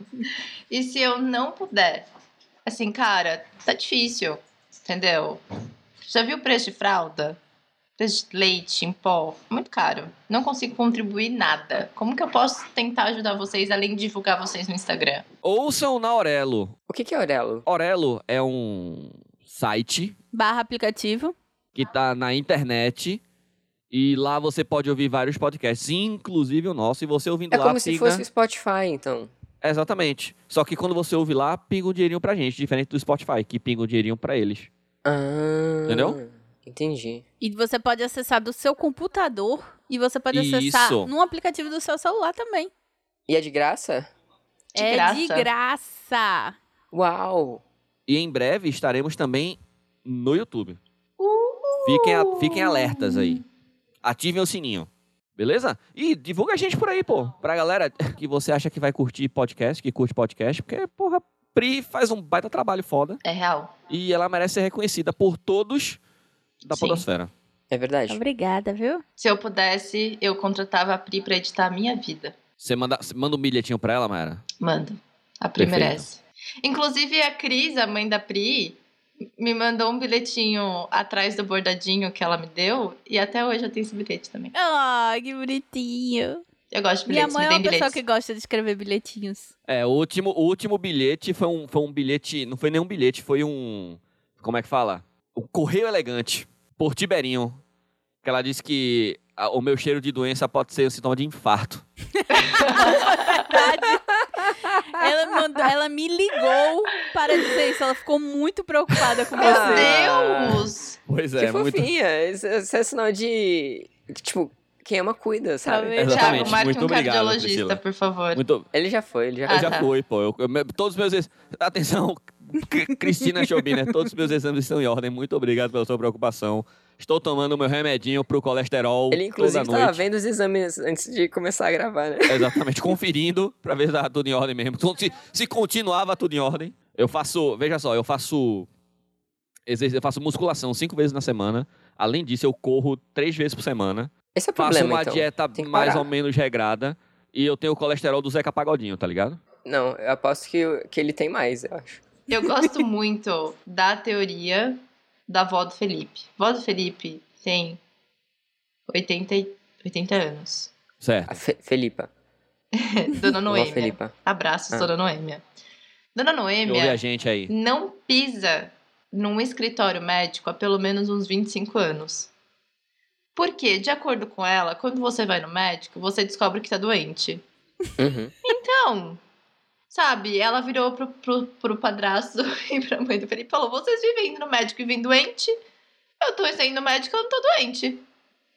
[SPEAKER 4] e se eu não puder? Assim, cara, tá difícil. Entendeu? Já viu o preço de fralda? Preço de leite em pó? Muito caro. Não consigo contribuir nada. Como que eu posso tentar ajudar vocês além de divulgar vocês no Instagram?
[SPEAKER 2] Ouçam na Aurelo.
[SPEAKER 1] O que, que é Aurelo?
[SPEAKER 2] Orelo é um site
[SPEAKER 3] Barra aplicativo.
[SPEAKER 2] que tá na internet e lá você pode ouvir vários podcasts, inclusive o nosso. E você ouvindo
[SPEAKER 1] É
[SPEAKER 2] lá,
[SPEAKER 1] como se
[SPEAKER 2] pinga-
[SPEAKER 1] fosse o Spotify, então.
[SPEAKER 2] Exatamente. Só que quando você ouve lá, pinga um dinheirinho pra gente, diferente do Spotify, que pinga um dinheirinho pra eles.
[SPEAKER 1] Ah,
[SPEAKER 2] Entendeu?
[SPEAKER 1] Entendi.
[SPEAKER 3] E você pode acessar do seu computador. E você pode acessar
[SPEAKER 2] Isso.
[SPEAKER 3] num aplicativo do seu celular também.
[SPEAKER 1] E é de graça?
[SPEAKER 4] De
[SPEAKER 3] é de
[SPEAKER 4] graça.
[SPEAKER 3] graça.
[SPEAKER 1] Uau!
[SPEAKER 2] E em breve estaremos também no YouTube. Fiquem, a- fiquem alertas aí. Ativem o sininho. Beleza? E divulga a gente por aí, pô. Pra galera que você acha que vai curtir podcast, que curte podcast, porque, porra, Pri faz um baita trabalho foda.
[SPEAKER 4] É real.
[SPEAKER 2] E ela merece ser reconhecida por todos da
[SPEAKER 4] Sim.
[SPEAKER 2] podosfera.
[SPEAKER 1] É verdade.
[SPEAKER 3] Obrigada, viu?
[SPEAKER 4] Se eu pudesse, eu contratava a Pri pra editar a minha vida.
[SPEAKER 2] Você manda, você manda um bilhetinho pra ela, Mayra?
[SPEAKER 4] Manda. A Pri
[SPEAKER 2] Perfeito.
[SPEAKER 4] merece. Inclusive, a Cris, a mãe da Pri, me mandou um bilhetinho atrás do bordadinho que ela me deu. E até hoje eu tenho esse bilhete também.
[SPEAKER 3] Ah, que bonitinho.
[SPEAKER 4] Eu gosto de
[SPEAKER 3] Minha
[SPEAKER 4] bilhetes,
[SPEAKER 3] mãe é
[SPEAKER 4] me
[SPEAKER 3] uma
[SPEAKER 4] deem
[SPEAKER 3] pessoa
[SPEAKER 4] bilhetes.
[SPEAKER 3] que gosta de escrever bilhetinhos.
[SPEAKER 2] É, o último, o último bilhete foi um, foi um bilhete. Não foi nenhum bilhete, foi um. Como é que fala? O Correio Elegante, por Tiberinho. Que ela disse que a- o meu cheiro de doença pode ser um sintoma de infarto.
[SPEAKER 3] Verdade. Ela, mandou- ela me ligou para dizer isso. Ela ficou muito preocupada com
[SPEAKER 4] Meu
[SPEAKER 1] Ah.
[SPEAKER 3] você.
[SPEAKER 4] Deus!
[SPEAKER 2] Pois é,
[SPEAKER 1] que fofinha! Isso, isso é sinal de. Tipo, quem ama cuida, sabe?
[SPEAKER 3] Talvez.
[SPEAKER 2] Exatamente.
[SPEAKER 4] Thiago, marque
[SPEAKER 2] Muito
[SPEAKER 4] um
[SPEAKER 2] obrigado,
[SPEAKER 4] cardiologista,
[SPEAKER 2] Priscila.
[SPEAKER 4] por favor.
[SPEAKER 2] Muito.
[SPEAKER 1] Ele já foi, ele já
[SPEAKER 4] Ah,
[SPEAKER 2] eu já
[SPEAKER 4] tá.
[SPEAKER 2] fui, pô. Eu- eu- me- todos os meus. ex- Atenção, C- Cristina Chobina, todos os meus exames estão em ordem. Muito obrigado pela sua preocupação. Estou tomando meu remedinho pro colesterol.
[SPEAKER 1] Ele, inclusive,
[SPEAKER 2] toda
[SPEAKER 1] tava
[SPEAKER 2] noite.
[SPEAKER 1] vendo os exames antes de começar a gravar, né?
[SPEAKER 2] Exatamente, conferindo pra ver se tava tudo em ordem mesmo. Então, se, se continuava tudo em ordem. Eu faço, veja só, eu faço exercício, eu faço musculação cinco vezes na semana. Além disso, eu corro três vezes por semana.
[SPEAKER 1] Esse é o
[SPEAKER 2] faço
[SPEAKER 1] problema,
[SPEAKER 2] uma
[SPEAKER 1] então.
[SPEAKER 2] dieta
[SPEAKER 1] Tem que
[SPEAKER 2] mais
[SPEAKER 1] parar.
[SPEAKER 2] ou menos regrada. E eu tenho o colesterol do Zeca Pagodinho, tá ligado?
[SPEAKER 1] Não, eu aposto que, que ele tem mais, eu acho.
[SPEAKER 4] Eu gosto muito da teoria da avó do Felipe. A avó do Felipe tem 80, e- 80 anos.
[SPEAKER 1] A
[SPEAKER 2] Certo.
[SPEAKER 1] Fe- Felipa.
[SPEAKER 4] Dona
[SPEAKER 1] Vovó
[SPEAKER 4] Noêmia.
[SPEAKER 1] Felipa.
[SPEAKER 4] Abraços,
[SPEAKER 1] Ah.
[SPEAKER 4] Dona Noêmia. Dona
[SPEAKER 2] Ouve a
[SPEAKER 4] Noêmia
[SPEAKER 2] gente aí.
[SPEAKER 4] não pisa num escritório médico há pelo menos uns 25 anos. Porque, de acordo com ela, quando você vai no médico, você descobre que tá doente.
[SPEAKER 1] Uhum.
[SPEAKER 4] Então, sabe, ela virou pro, pro, pro padrasto e pra mãe do Felipe e falou: vocês vivem indo no médico e vêm doente? Eu tô indo no médico, eu não tô doente.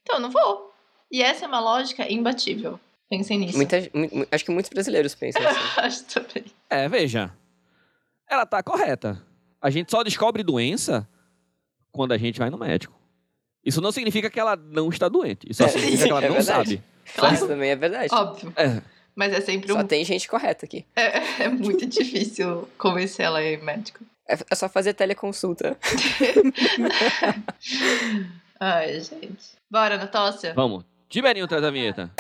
[SPEAKER 4] Então eu não vou. E essa é uma lógica imbatível. Pensem nisso.
[SPEAKER 1] Muita, mu- mu- acho que muitos brasileiros pensam assim.
[SPEAKER 4] Acho também.
[SPEAKER 2] É, veja. Ela tá correta. A gente só descobre doença quando a gente vai no médico. Isso não significa que ela não está doente. Isso só
[SPEAKER 1] É,
[SPEAKER 2] significa que ela
[SPEAKER 1] é
[SPEAKER 2] não
[SPEAKER 1] verdade.
[SPEAKER 2] sabe.
[SPEAKER 1] Só
[SPEAKER 4] Claro.
[SPEAKER 1] isso também é verdade.
[SPEAKER 4] Óbvio.
[SPEAKER 2] É.
[SPEAKER 4] Mas é sempre
[SPEAKER 1] Só
[SPEAKER 4] um...
[SPEAKER 1] tem gente correta aqui.
[SPEAKER 4] é muito difícil convencer ela a ir médico.
[SPEAKER 1] É é só fazer teleconsulta.
[SPEAKER 4] Ai, gente. Bora, Natócia?
[SPEAKER 2] Vamos. Tiberinho traz a vinheta.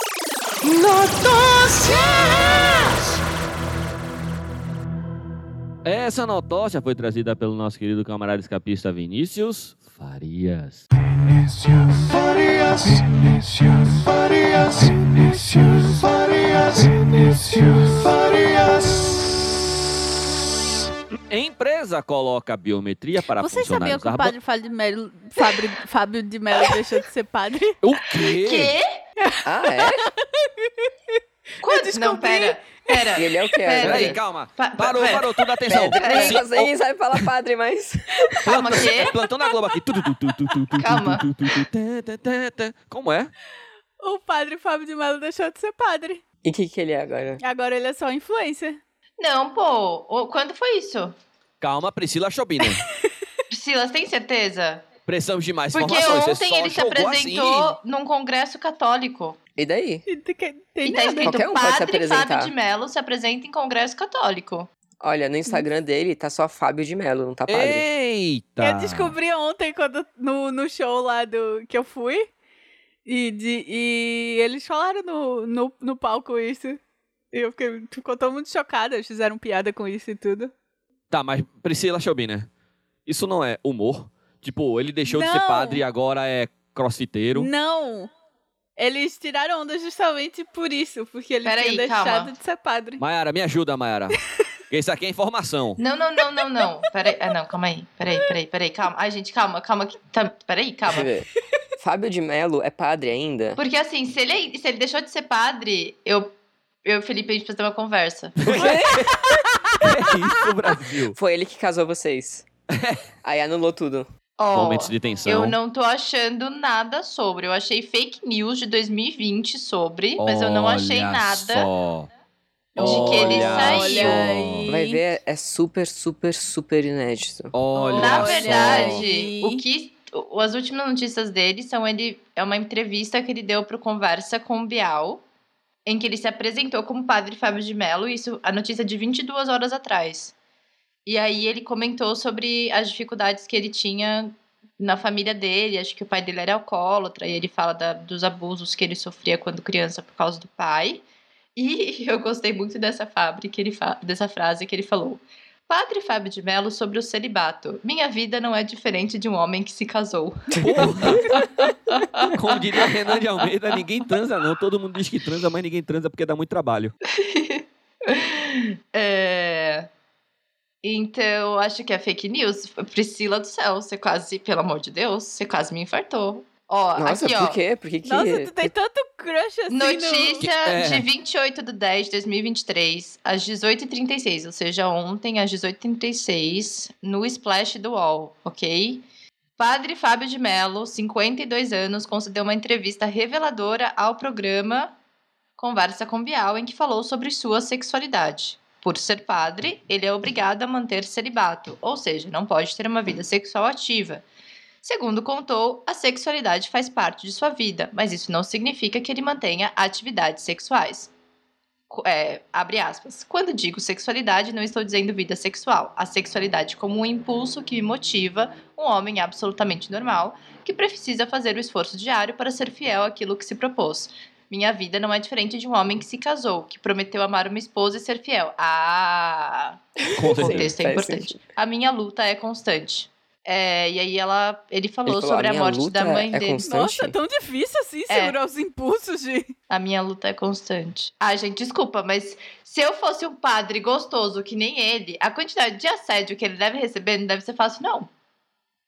[SPEAKER 2] Essa notócia foi trazida pelo nosso querido camarada escapista Vinícius Farias. Empresa coloca biometria para
[SPEAKER 3] Vocês sabiam
[SPEAKER 2] funcionários
[SPEAKER 3] que o
[SPEAKER 2] da
[SPEAKER 3] padre Fábio de Melo, Fábio, Fábio de Melo deixou de ser padre?
[SPEAKER 2] ban- O quê?
[SPEAKER 4] Quê?
[SPEAKER 1] Ah, é?
[SPEAKER 4] Quando?
[SPEAKER 3] descobri.
[SPEAKER 4] Não, pera. Pera.
[SPEAKER 1] E ele é o que é?
[SPEAKER 4] Pera.
[SPEAKER 2] Peraí,
[SPEAKER 1] Né?
[SPEAKER 2] calma.
[SPEAKER 4] Pa- pa-
[SPEAKER 2] Parou,
[SPEAKER 4] pera.
[SPEAKER 2] parou, tudo
[SPEAKER 4] é,
[SPEAKER 2] atenção.
[SPEAKER 1] Pedro,
[SPEAKER 4] Sim,
[SPEAKER 1] ninguém sabe falar padre, mas...
[SPEAKER 4] Calma,
[SPEAKER 2] Plantão-
[SPEAKER 4] quê?
[SPEAKER 2] Plantão na Globo tá aqui. Tu, tu, tu, tu, tu, tu, tu,
[SPEAKER 4] Calma.
[SPEAKER 2] tu, tu, tu, tã, tã, tã, tã. Como é?
[SPEAKER 3] O padre Fábio de Melo deixou de ser padre.
[SPEAKER 1] E o que, que ele é agora?
[SPEAKER 3] Agora ele é só influencer.
[SPEAKER 4] Não, pô. Ô, Quando foi isso?
[SPEAKER 2] Calma, Priscila Chobina.
[SPEAKER 4] Priscila, você tem certeza?
[SPEAKER 2] Precisamos de mais
[SPEAKER 4] Porque
[SPEAKER 2] informações. Você
[SPEAKER 4] ontem
[SPEAKER 2] só
[SPEAKER 4] ele se
[SPEAKER 2] jogou
[SPEAKER 4] apresentou
[SPEAKER 2] assim.
[SPEAKER 4] num congresso católico.
[SPEAKER 1] E daí?
[SPEAKER 3] E tem que- tem
[SPEAKER 4] E tá
[SPEAKER 3] nada.
[SPEAKER 4] escrito
[SPEAKER 1] Qualquer um pode se
[SPEAKER 4] Padre Fábio
[SPEAKER 1] apresentar.
[SPEAKER 4] de Melo se apresenta em congresso católico.
[SPEAKER 1] Olha, no Instagram dele tá só Fábio de Mello, não tá padre.
[SPEAKER 2] Eita!
[SPEAKER 3] Eu descobri ontem quando, no, no show lá do, que eu fui. E, de- e eles falaram no, no, no palco isso. E eu fiquei, ficou todo mundo chocado. Eles fizeram piada com isso e tudo.
[SPEAKER 2] Tá, mas Priscila Chobina, isso não é humor? Tipo, ele deixou de ser
[SPEAKER 3] Não.
[SPEAKER 2] padre e agora é crossfiteiro.
[SPEAKER 3] Não! Eles tiraram onda justamente por isso, porque ele
[SPEAKER 4] Peraí,
[SPEAKER 3] tinha
[SPEAKER 4] calma.
[SPEAKER 3] deixado de ser padre.
[SPEAKER 2] Mayara, me ajuda, Mayara. Porque isso aqui é informação.
[SPEAKER 4] Não, não, não, não, não. Peraí. Ah, não, calma aí. Peraí, peraí, peraí. Calma. Ai, gente, calma, calma. que Tá... Peraí,
[SPEAKER 1] Deixa eu
[SPEAKER 4] calma.
[SPEAKER 1] ver. Fábio de Mello é padre ainda?
[SPEAKER 4] Porque assim, se ele, se ele deixou de ser padre, eu, eu e o Felipe, a gente precisa ter uma conversa.
[SPEAKER 2] é isso, Brasil.
[SPEAKER 1] Foi ele que casou vocês. Aí anulou tudo.
[SPEAKER 4] Ó,
[SPEAKER 2] Momentos de tensão.
[SPEAKER 4] eu não tô achando nada sobre. Eu achei fake news de 2020 sobre, mas eu não achei
[SPEAKER 2] Olha
[SPEAKER 4] nada.
[SPEAKER 2] só.
[SPEAKER 4] de que ele
[SPEAKER 2] Olha
[SPEAKER 4] saiu.
[SPEAKER 2] só.
[SPEAKER 3] Olha
[SPEAKER 1] Vai ver, é super, super, super inédito.
[SPEAKER 2] Olha
[SPEAKER 4] Na
[SPEAKER 2] só.
[SPEAKER 4] verdade,
[SPEAKER 3] só.
[SPEAKER 4] o que o- as últimas notícias dele são ele é uma entrevista que ele deu para Conversa com o Bial, em que ele se apresentou como padre Fábio de Mello, isso a notícia é de 22 horas atrás. E aí ele comentou sobre as dificuldades que ele tinha na família dele, acho que o pai dele era alcoólatra, e ele fala da- dos abusos que ele sofria quando criança por causa do pai. E eu gostei muito dessa, fábrica, que ele fa- dessa frase que ele falou. Padre Fábio de Mello sobre o celibato. Minha vida não é diferente de um homem que se casou.
[SPEAKER 2] Porra. Como diria Renan de Almeida, ninguém transa não. Todo mundo diz que transa, mas ninguém transa porque dá muito trabalho.
[SPEAKER 4] É, Então, acho que é fake news. Priscila do céu, você quase, pelo amor de Deus, você quase me infartou. Ó,
[SPEAKER 1] Nossa,
[SPEAKER 4] aqui,
[SPEAKER 1] por
[SPEAKER 4] ó.
[SPEAKER 1] quê? Por que que...
[SPEAKER 3] Nossa, tu tem tanto crush assim no...
[SPEAKER 4] Notícia
[SPEAKER 2] É.
[SPEAKER 4] de 28 de 10 de 2023, às 18h36, ou seja, ontem, às 18h36, no Splash do UOL, ok? Padre Fábio de Mello, 52 anos, concedeu uma entrevista reveladora ao programa Conversa com Bial, em que falou sobre sua sexualidade. Por ser padre, ele é obrigado a manter celibato, ou seja, não pode ter uma vida sexual ativa. Segundo contou, a sexualidade faz parte de sua vida, mas isso não significa que ele mantenha atividades sexuais. Co- é, abre aspas. Quando digo sexualidade, não estou dizendo vida sexual. A sexualidade como um impulso que me motiva, um homem absolutamente normal, que precisa fazer o esforço diário para ser fiel àquilo que se propôs. Minha vida não é diferente de um homem que se casou, que prometeu amar uma esposa e ser fiel. Ah!
[SPEAKER 2] Com
[SPEAKER 4] O
[SPEAKER 2] certeza.
[SPEAKER 4] contexto é
[SPEAKER 1] Faz
[SPEAKER 4] importante.
[SPEAKER 1] sentido.
[SPEAKER 4] A minha luta é constante. É, e aí ela, ele falou,
[SPEAKER 1] Ele falou,
[SPEAKER 4] sobre
[SPEAKER 1] "A
[SPEAKER 4] a,
[SPEAKER 1] minha
[SPEAKER 4] morte
[SPEAKER 1] luta
[SPEAKER 4] da mãe
[SPEAKER 1] é
[SPEAKER 4] dele.
[SPEAKER 1] constante.
[SPEAKER 3] Nossa, é tão difícil assim
[SPEAKER 4] É.
[SPEAKER 3] segurar os impulsos de.
[SPEAKER 4] A minha luta é constante. Ah, gente, desculpa, mas se eu fosse um padre gostoso que nem ele, a quantidade de assédio que ele deve receber não deve ser fácil, não.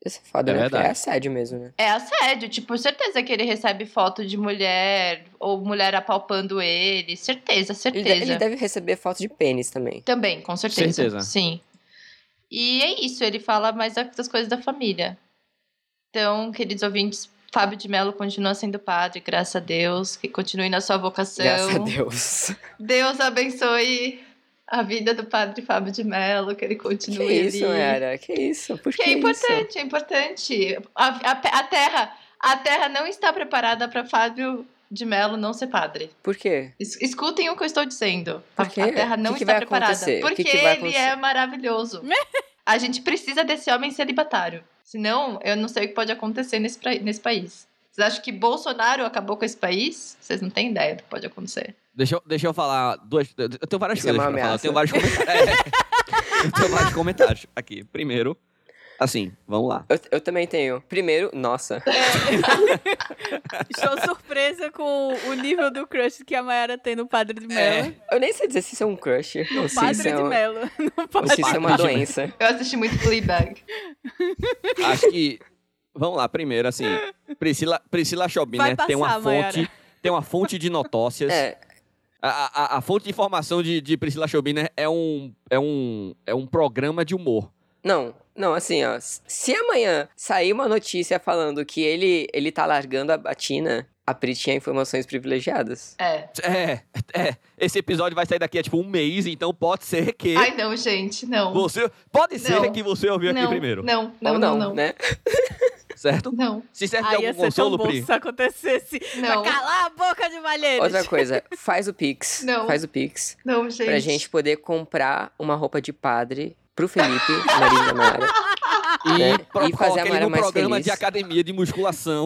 [SPEAKER 1] Isso é foda,
[SPEAKER 2] É
[SPEAKER 1] né? Porque
[SPEAKER 2] verdade.
[SPEAKER 1] é assédio mesmo, né?
[SPEAKER 4] É assédio, tipo, certeza que ele recebe foto de mulher ou mulher apalpando ele, certeza,
[SPEAKER 1] Ele,
[SPEAKER 4] certeza.
[SPEAKER 1] de- ele deve receber foto de pênis também.
[SPEAKER 4] Também, com certeza.
[SPEAKER 2] Certeza.
[SPEAKER 4] Sim. E é isso, ele fala mais das coisas da família. Então, queridos ouvintes, Fábio de Mello continua sendo padre, graças a Deus, que continue na sua vocação.
[SPEAKER 1] Graças a Deus.
[SPEAKER 4] Deus abençoe a vida do padre Fábio de Mello, que ele
[SPEAKER 1] Que
[SPEAKER 4] continue
[SPEAKER 1] isso,
[SPEAKER 4] ali.
[SPEAKER 1] era? Que isso? Por que,
[SPEAKER 4] Porque é importante, é importante. A, a- a terra, a terra não está preparada para Fábio de Mello não ser padre.
[SPEAKER 1] Isso? Por quê?
[SPEAKER 4] Es- Escutem o que eu estou dizendo. A-
[SPEAKER 1] Por quê?
[SPEAKER 4] A Terra não
[SPEAKER 1] O que que
[SPEAKER 4] está
[SPEAKER 1] vai
[SPEAKER 4] preparada.
[SPEAKER 1] acontecer? O que
[SPEAKER 4] Porque
[SPEAKER 1] que vai
[SPEAKER 4] ele
[SPEAKER 1] acontecer?
[SPEAKER 4] é maravilhoso. a gente precisa desse homem celibatário. Senão, eu não sei o que pode acontecer nesse, pra- nesse país. Vocês acham que Bolsonaro acabou com esse país? Vocês não têm ideia do que pode acontecer.
[SPEAKER 2] Deixa eu, deixa eu falar duas. Eu tenho várias
[SPEAKER 1] Isso é
[SPEAKER 2] coisas
[SPEAKER 1] uma
[SPEAKER 2] pra falar. Eu
[SPEAKER 1] ameaça.
[SPEAKER 2] tenho vários comentários. É. eu tenho vários comentários aqui. Primeiro, assim, vamos lá.
[SPEAKER 1] Eu, eu também tenho. Primeiro, nossa.
[SPEAKER 3] Estou surpresa com o nível do crush que a Mayara tem no Padre de
[SPEAKER 4] É.
[SPEAKER 3] Mello.
[SPEAKER 1] Eu nem sei dizer se isso é um crush. Não sei
[SPEAKER 3] Padre
[SPEAKER 1] se é
[SPEAKER 3] de
[SPEAKER 1] um...
[SPEAKER 3] Mello. Não
[SPEAKER 1] ou se
[SPEAKER 3] pode.
[SPEAKER 1] isso é uma doença.
[SPEAKER 4] Eu assisti muito Fleabag.
[SPEAKER 2] Acho que. Vamos lá, primeiro, assim. Priscila, Priscila Chobin,
[SPEAKER 3] Vai
[SPEAKER 2] né? Tem uma
[SPEAKER 3] passar,
[SPEAKER 2] fonte.
[SPEAKER 3] Mayara.
[SPEAKER 2] Tem uma fonte de notócias.
[SPEAKER 1] É,
[SPEAKER 2] A, a- a fonte de informação de, de Priscila Chobin né, é um, é, um, é um programa de humor.
[SPEAKER 1] não, não, assim, ó. Se amanhã sair uma notícia falando que ele, ele tá largando a batina, a Pri tinha informações privilegiadas.
[SPEAKER 4] É.
[SPEAKER 2] É, é. Esse episódio vai sair daqui a tipo um mês, então pode ser que.
[SPEAKER 4] Ai, não, gente, não.
[SPEAKER 2] Você, pode ser
[SPEAKER 4] Não.
[SPEAKER 2] que você ouviu aqui
[SPEAKER 4] não,
[SPEAKER 2] primeiro,
[SPEAKER 4] Não, não,
[SPEAKER 1] Ou
[SPEAKER 4] não, não.
[SPEAKER 1] né?
[SPEAKER 2] certo?
[SPEAKER 4] Não,
[SPEAKER 2] Se serve de
[SPEAKER 3] Ai, ia
[SPEAKER 2] algum
[SPEAKER 3] ser tão
[SPEAKER 2] consolo,
[SPEAKER 3] bom se
[SPEAKER 2] Pri.
[SPEAKER 3] isso acontecesse.
[SPEAKER 4] não,
[SPEAKER 3] Calar a boca de Malheiros.
[SPEAKER 1] Outra coisa, faz o Pix.
[SPEAKER 4] Não.
[SPEAKER 1] Faz o Pix.
[SPEAKER 4] não, gente.
[SPEAKER 1] Pra gente poder comprar uma roupa de padre pro Felipe, marido da Mara. né?
[SPEAKER 2] E, pro-
[SPEAKER 1] E fazer a
[SPEAKER 2] coloca ele
[SPEAKER 1] Mara
[SPEAKER 2] no
[SPEAKER 1] mais
[SPEAKER 2] programa
[SPEAKER 1] feliz.
[SPEAKER 2] de academia de musculação.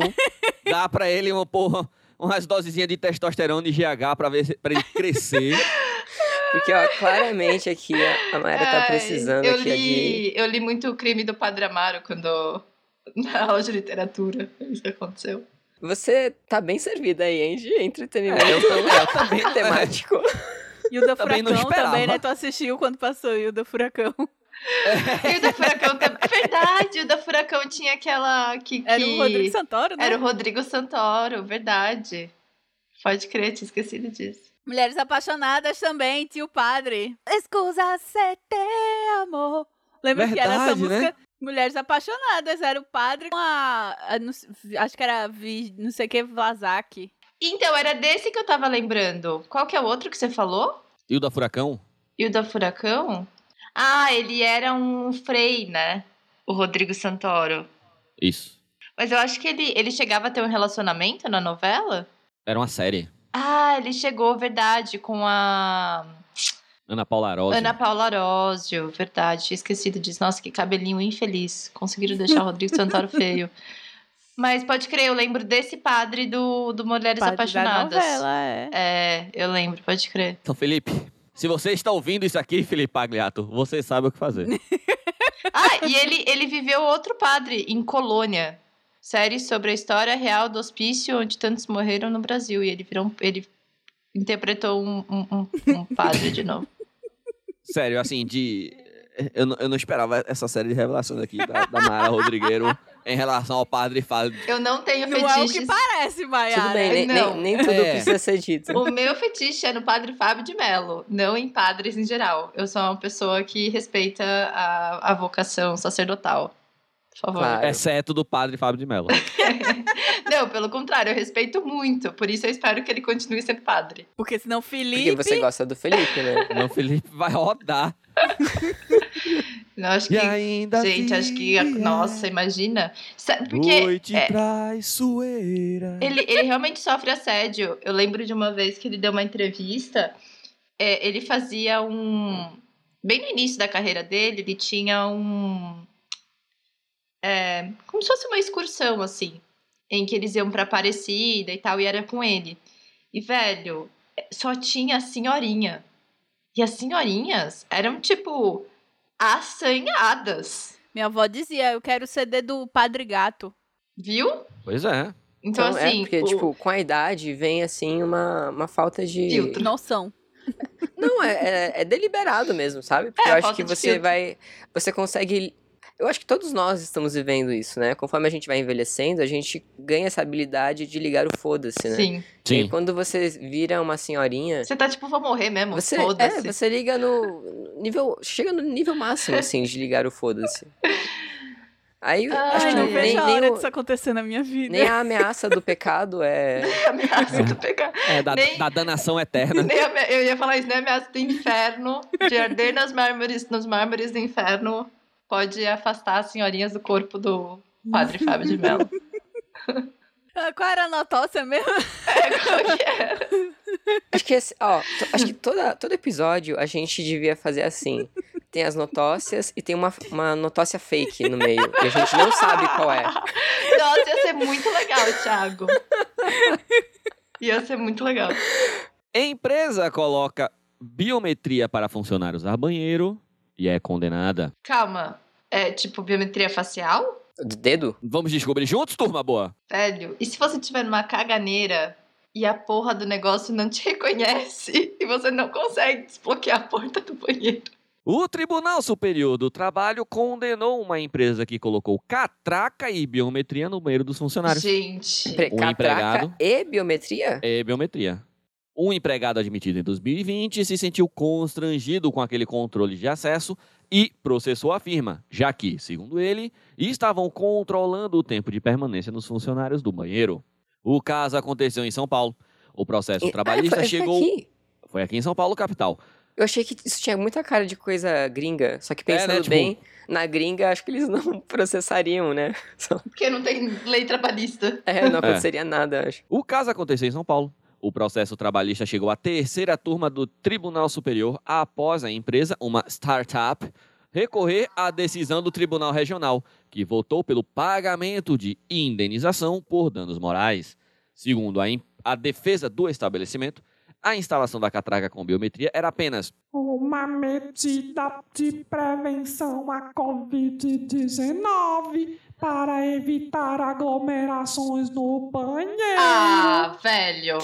[SPEAKER 2] dá pra ele uma porra, umas dosezinhas de testosterona e GH pra, ver, se- pra ele crescer.
[SPEAKER 1] Porque, ó, claramente aqui a a Mayra tá
[SPEAKER 4] Ai,
[SPEAKER 1] precisando
[SPEAKER 4] eu
[SPEAKER 1] aqui ó, de.
[SPEAKER 4] li, Eu li muito o crime do Padre Amaro quando. Na aula de literatura, isso que aconteceu.
[SPEAKER 1] Você tá bem servida aí, hein, de entretenimento
[SPEAKER 2] É, eu tô- eu também-
[SPEAKER 1] temático.
[SPEAKER 3] E o da
[SPEAKER 2] Também não
[SPEAKER 3] Furacão
[SPEAKER 2] esperava.
[SPEAKER 3] também, né? Tu assistiu quando passou e o da Furacão.
[SPEAKER 4] E o da Furacão também. É verdade, o da Furacão tinha aquela. Que,
[SPEAKER 3] Era
[SPEAKER 4] que-
[SPEAKER 3] o Rodrigo Santoro, né?
[SPEAKER 4] Era o Rodrigo Santoro, verdade. Pode crer, tinha esquecido disso.
[SPEAKER 3] Mulheres apaixonadas também, tio padre. Escusa se te amor. Lembra que era essa
[SPEAKER 2] Verdade, né?
[SPEAKER 3] música? Mulheres apaixonadas, era o padre com a. a- não sei- acho que era Vi- não sei o que, Vlasak.
[SPEAKER 4] Então, era desse que eu tava lembrando. Qual que é o outro que você falou?
[SPEAKER 2] E o da Furacão?
[SPEAKER 4] E o da Furacão? Ah, ele era um frei, né? O Rodrigo Santoro.
[SPEAKER 2] Isso.
[SPEAKER 4] Mas eu acho que ele, ele chegava a ter um relacionamento na novela?
[SPEAKER 2] Era uma série.
[SPEAKER 4] Ah, ele chegou, verdade, com a
[SPEAKER 2] Ana Paula Arósio.
[SPEAKER 4] Ana Paula Arósio, verdade. Tinha esquecido disso. Nossa, que cabelinho infeliz. Conseguiram deixar o Rodrigo Santoro feio. Mas pode crer, eu lembro desse padre do, do Mulheres
[SPEAKER 3] Padre da
[SPEAKER 4] Apaixonadas.
[SPEAKER 3] novela, é.
[SPEAKER 4] É, eu lembro, pode crer.
[SPEAKER 2] Então, Felipe, se você está ouvindo isso aqui, Felipe Pagliato, você sabe o que fazer.
[SPEAKER 4] Ah, e ele, ele viveu outro padre em Colônia. Série sobre a história real do hospício onde tantos morreram no Brasil. E ele virou um- ele interpretou um, um, um- um padre de novo.
[SPEAKER 2] Sério, assim, de. Eu, não- eu não esperava essa série de revelações aqui da, da Mara Rodrigueiro em relação ao padre Fábio.
[SPEAKER 4] Eu não tenho
[SPEAKER 3] Não é o
[SPEAKER 4] fetiches.
[SPEAKER 3] que parece, Maiara.
[SPEAKER 1] Tudo bem, né? nem,
[SPEAKER 4] Não.
[SPEAKER 1] nem, nem tudo
[SPEAKER 2] É.
[SPEAKER 1] precisa ser dito.
[SPEAKER 4] O meu fetiche é no padre Fábio de Mello, não em padres em geral. Eu sou uma pessoa que respeita a, a vocação sacerdotal. Por favor.
[SPEAKER 1] Claro.
[SPEAKER 2] Exceto do padre Fábio de Mello.
[SPEAKER 4] Não, pelo contrário, eu respeito muito. Por isso eu espero que ele continue sendo padre.
[SPEAKER 3] Porque senão Felipe.
[SPEAKER 1] Porque você gosta do Felipe, né?
[SPEAKER 2] Meu Felipe vai rodar.
[SPEAKER 4] Eu acho que.
[SPEAKER 2] E ainda.
[SPEAKER 4] gente, acho que.
[SPEAKER 2] assim,
[SPEAKER 4] Nossa, imagina. Sabe, porque é
[SPEAKER 2] Noite traiçoeira.
[SPEAKER 4] ele, ele realmente sofre assédio. Eu lembro de uma vez que ele deu uma entrevista. é, ele fazia um. Bem no início da carreira dele, ele tinha um. é, como se fosse uma excursão, assim. Em que eles iam pra Aparecida e tal, e era com ele. E, velho, é, só tinha a senhorinha. E as senhorinhas eram, tipo, assanhadas.
[SPEAKER 3] Minha avó dizia, eu quero o CD do Padre Gato.
[SPEAKER 4] Viu?
[SPEAKER 2] Pois é.
[SPEAKER 4] Então, assim.
[SPEAKER 1] é porque,
[SPEAKER 4] o-
[SPEAKER 1] tipo, com a idade vem, assim, uma, uma falta de...
[SPEAKER 4] Filtro.
[SPEAKER 3] Noção.
[SPEAKER 1] Não, é, é- é deliberado mesmo, sabe? Porque
[SPEAKER 4] É,
[SPEAKER 1] eu acho
[SPEAKER 4] falta
[SPEAKER 1] que
[SPEAKER 4] de
[SPEAKER 1] você
[SPEAKER 4] filtro.
[SPEAKER 1] vai... Você consegue... Eu acho que todos nós estamos vivendo isso, né? Conforme a gente vai envelhecendo, a gente ganha essa habilidade de ligar o foda-se, né?
[SPEAKER 4] Sim.
[SPEAKER 1] E
[SPEAKER 2] Sim.
[SPEAKER 1] aí, quando você vira uma senhorinha,
[SPEAKER 4] Você tá tipo, vou morrer mesmo.
[SPEAKER 1] você, é,
[SPEAKER 4] Foda-se.
[SPEAKER 1] você liga no nível. Chega no nível máximo, assim, de ligar o foda-se. Aí
[SPEAKER 4] Ai,
[SPEAKER 1] acho
[SPEAKER 3] Ai,
[SPEAKER 1] que
[SPEAKER 3] não
[SPEAKER 4] nem-
[SPEAKER 3] vejo
[SPEAKER 1] nem,
[SPEAKER 3] a
[SPEAKER 1] nem
[SPEAKER 3] hora
[SPEAKER 1] o-
[SPEAKER 3] disso né? acontecer na minha vida.
[SPEAKER 1] nem a ameaça do pecado é.
[SPEAKER 4] Ameaça do pegar.
[SPEAKER 2] É, da,
[SPEAKER 4] Nem-
[SPEAKER 2] da danação eterna.
[SPEAKER 4] Nem ame- Eu ia falar isso, né? Ameaça do inferno. De arder nas mármores, nos mármores do inferno. Pode afastar as senhorinhas do corpo do padre Fábio de Mello.
[SPEAKER 3] Ah, Qual era a notócia mesmo?
[SPEAKER 4] Como que é?
[SPEAKER 1] Acho que, esse- ó, to- acho que toda, todo episódio a gente devia fazer assim. Tem as notócias e tem uma, uma notócia fake no meio. E a gente não sabe qual é.
[SPEAKER 4] Nossa, ia ser muito legal, Thiago. Ia ser muito legal.
[SPEAKER 2] Empresa coloca biometria para funcionários dar banheiro e é condenada.
[SPEAKER 4] Calma. É tipo biometria facial?
[SPEAKER 1] Do dedo?
[SPEAKER 2] Vamos descobrir juntos, turma boa?
[SPEAKER 4] Velho, e se você tiver numa caganeira e a porra do negócio não te reconhece e você não consegue desbloquear a porta do banheiro?
[SPEAKER 2] O Tribunal Superior do Trabalho condenou uma empresa que colocou catraca e biometria no banheiro dos funcionários.
[SPEAKER 4] Gente.
[SPEAKER 1] Pre-
[SPEAKER 2] Um
[SPEAKER 1] catraca
[SPEAKER 2] empregado.
[SPEAKER 1] e biometria?
[SPEAKER 2] É biometria. Um empregado admitido em 2020 se sentiu constrangido com aquele controle de acesso e processou a firma, já que, segundo ele, estavam controlando o tempo de permanência dos funcionários do banheiro. O caso aconteceu em São Paulo. O processo
[SPEAKER 1] E- ah,
[SPEAKER 2] trabalhista
[SPEAKER 1] foi- foi
[SPEAKER 2] chegou.
[SPEAKER 1] aqui.
[SPEAKER 2] Foi aqui em São Paulo, capital.
[SPEAKER 1] Eu achei que isso tinha muita cara de coisa gringa, só que
[SPEAKER 2] É, né,
[SPEAKER 1] pensando
[SPEAKER 2] tipo-
[SPEAKER 1] bem, na gringa acho que eles não processariam, né?
[SPEAKER 4] Porque não tem lei trabalhista.
[SPEAKER 1] É, não aconteceria nada, acho.
[SPEAKER 2] O caso aconteceu em São Paulo. O processo trabalhista chegou à terceira turma do Tribunal Superior após a empresa, uma startup, recorrer à decisão do Tribunal Regional, que votou pelo pagamento de indenização por danos morais. Segundo a, em- a defesa do estabelecimento, a instalação da catraca com biometria era apenas
[SPEAKER 5] Uma medida de prevenção à Covid-19 para evitar aglomerações no
[SPEAKER 1] É.
[SPEAKER 5] banheiro.
[SPEAKER 4] Ah, velho.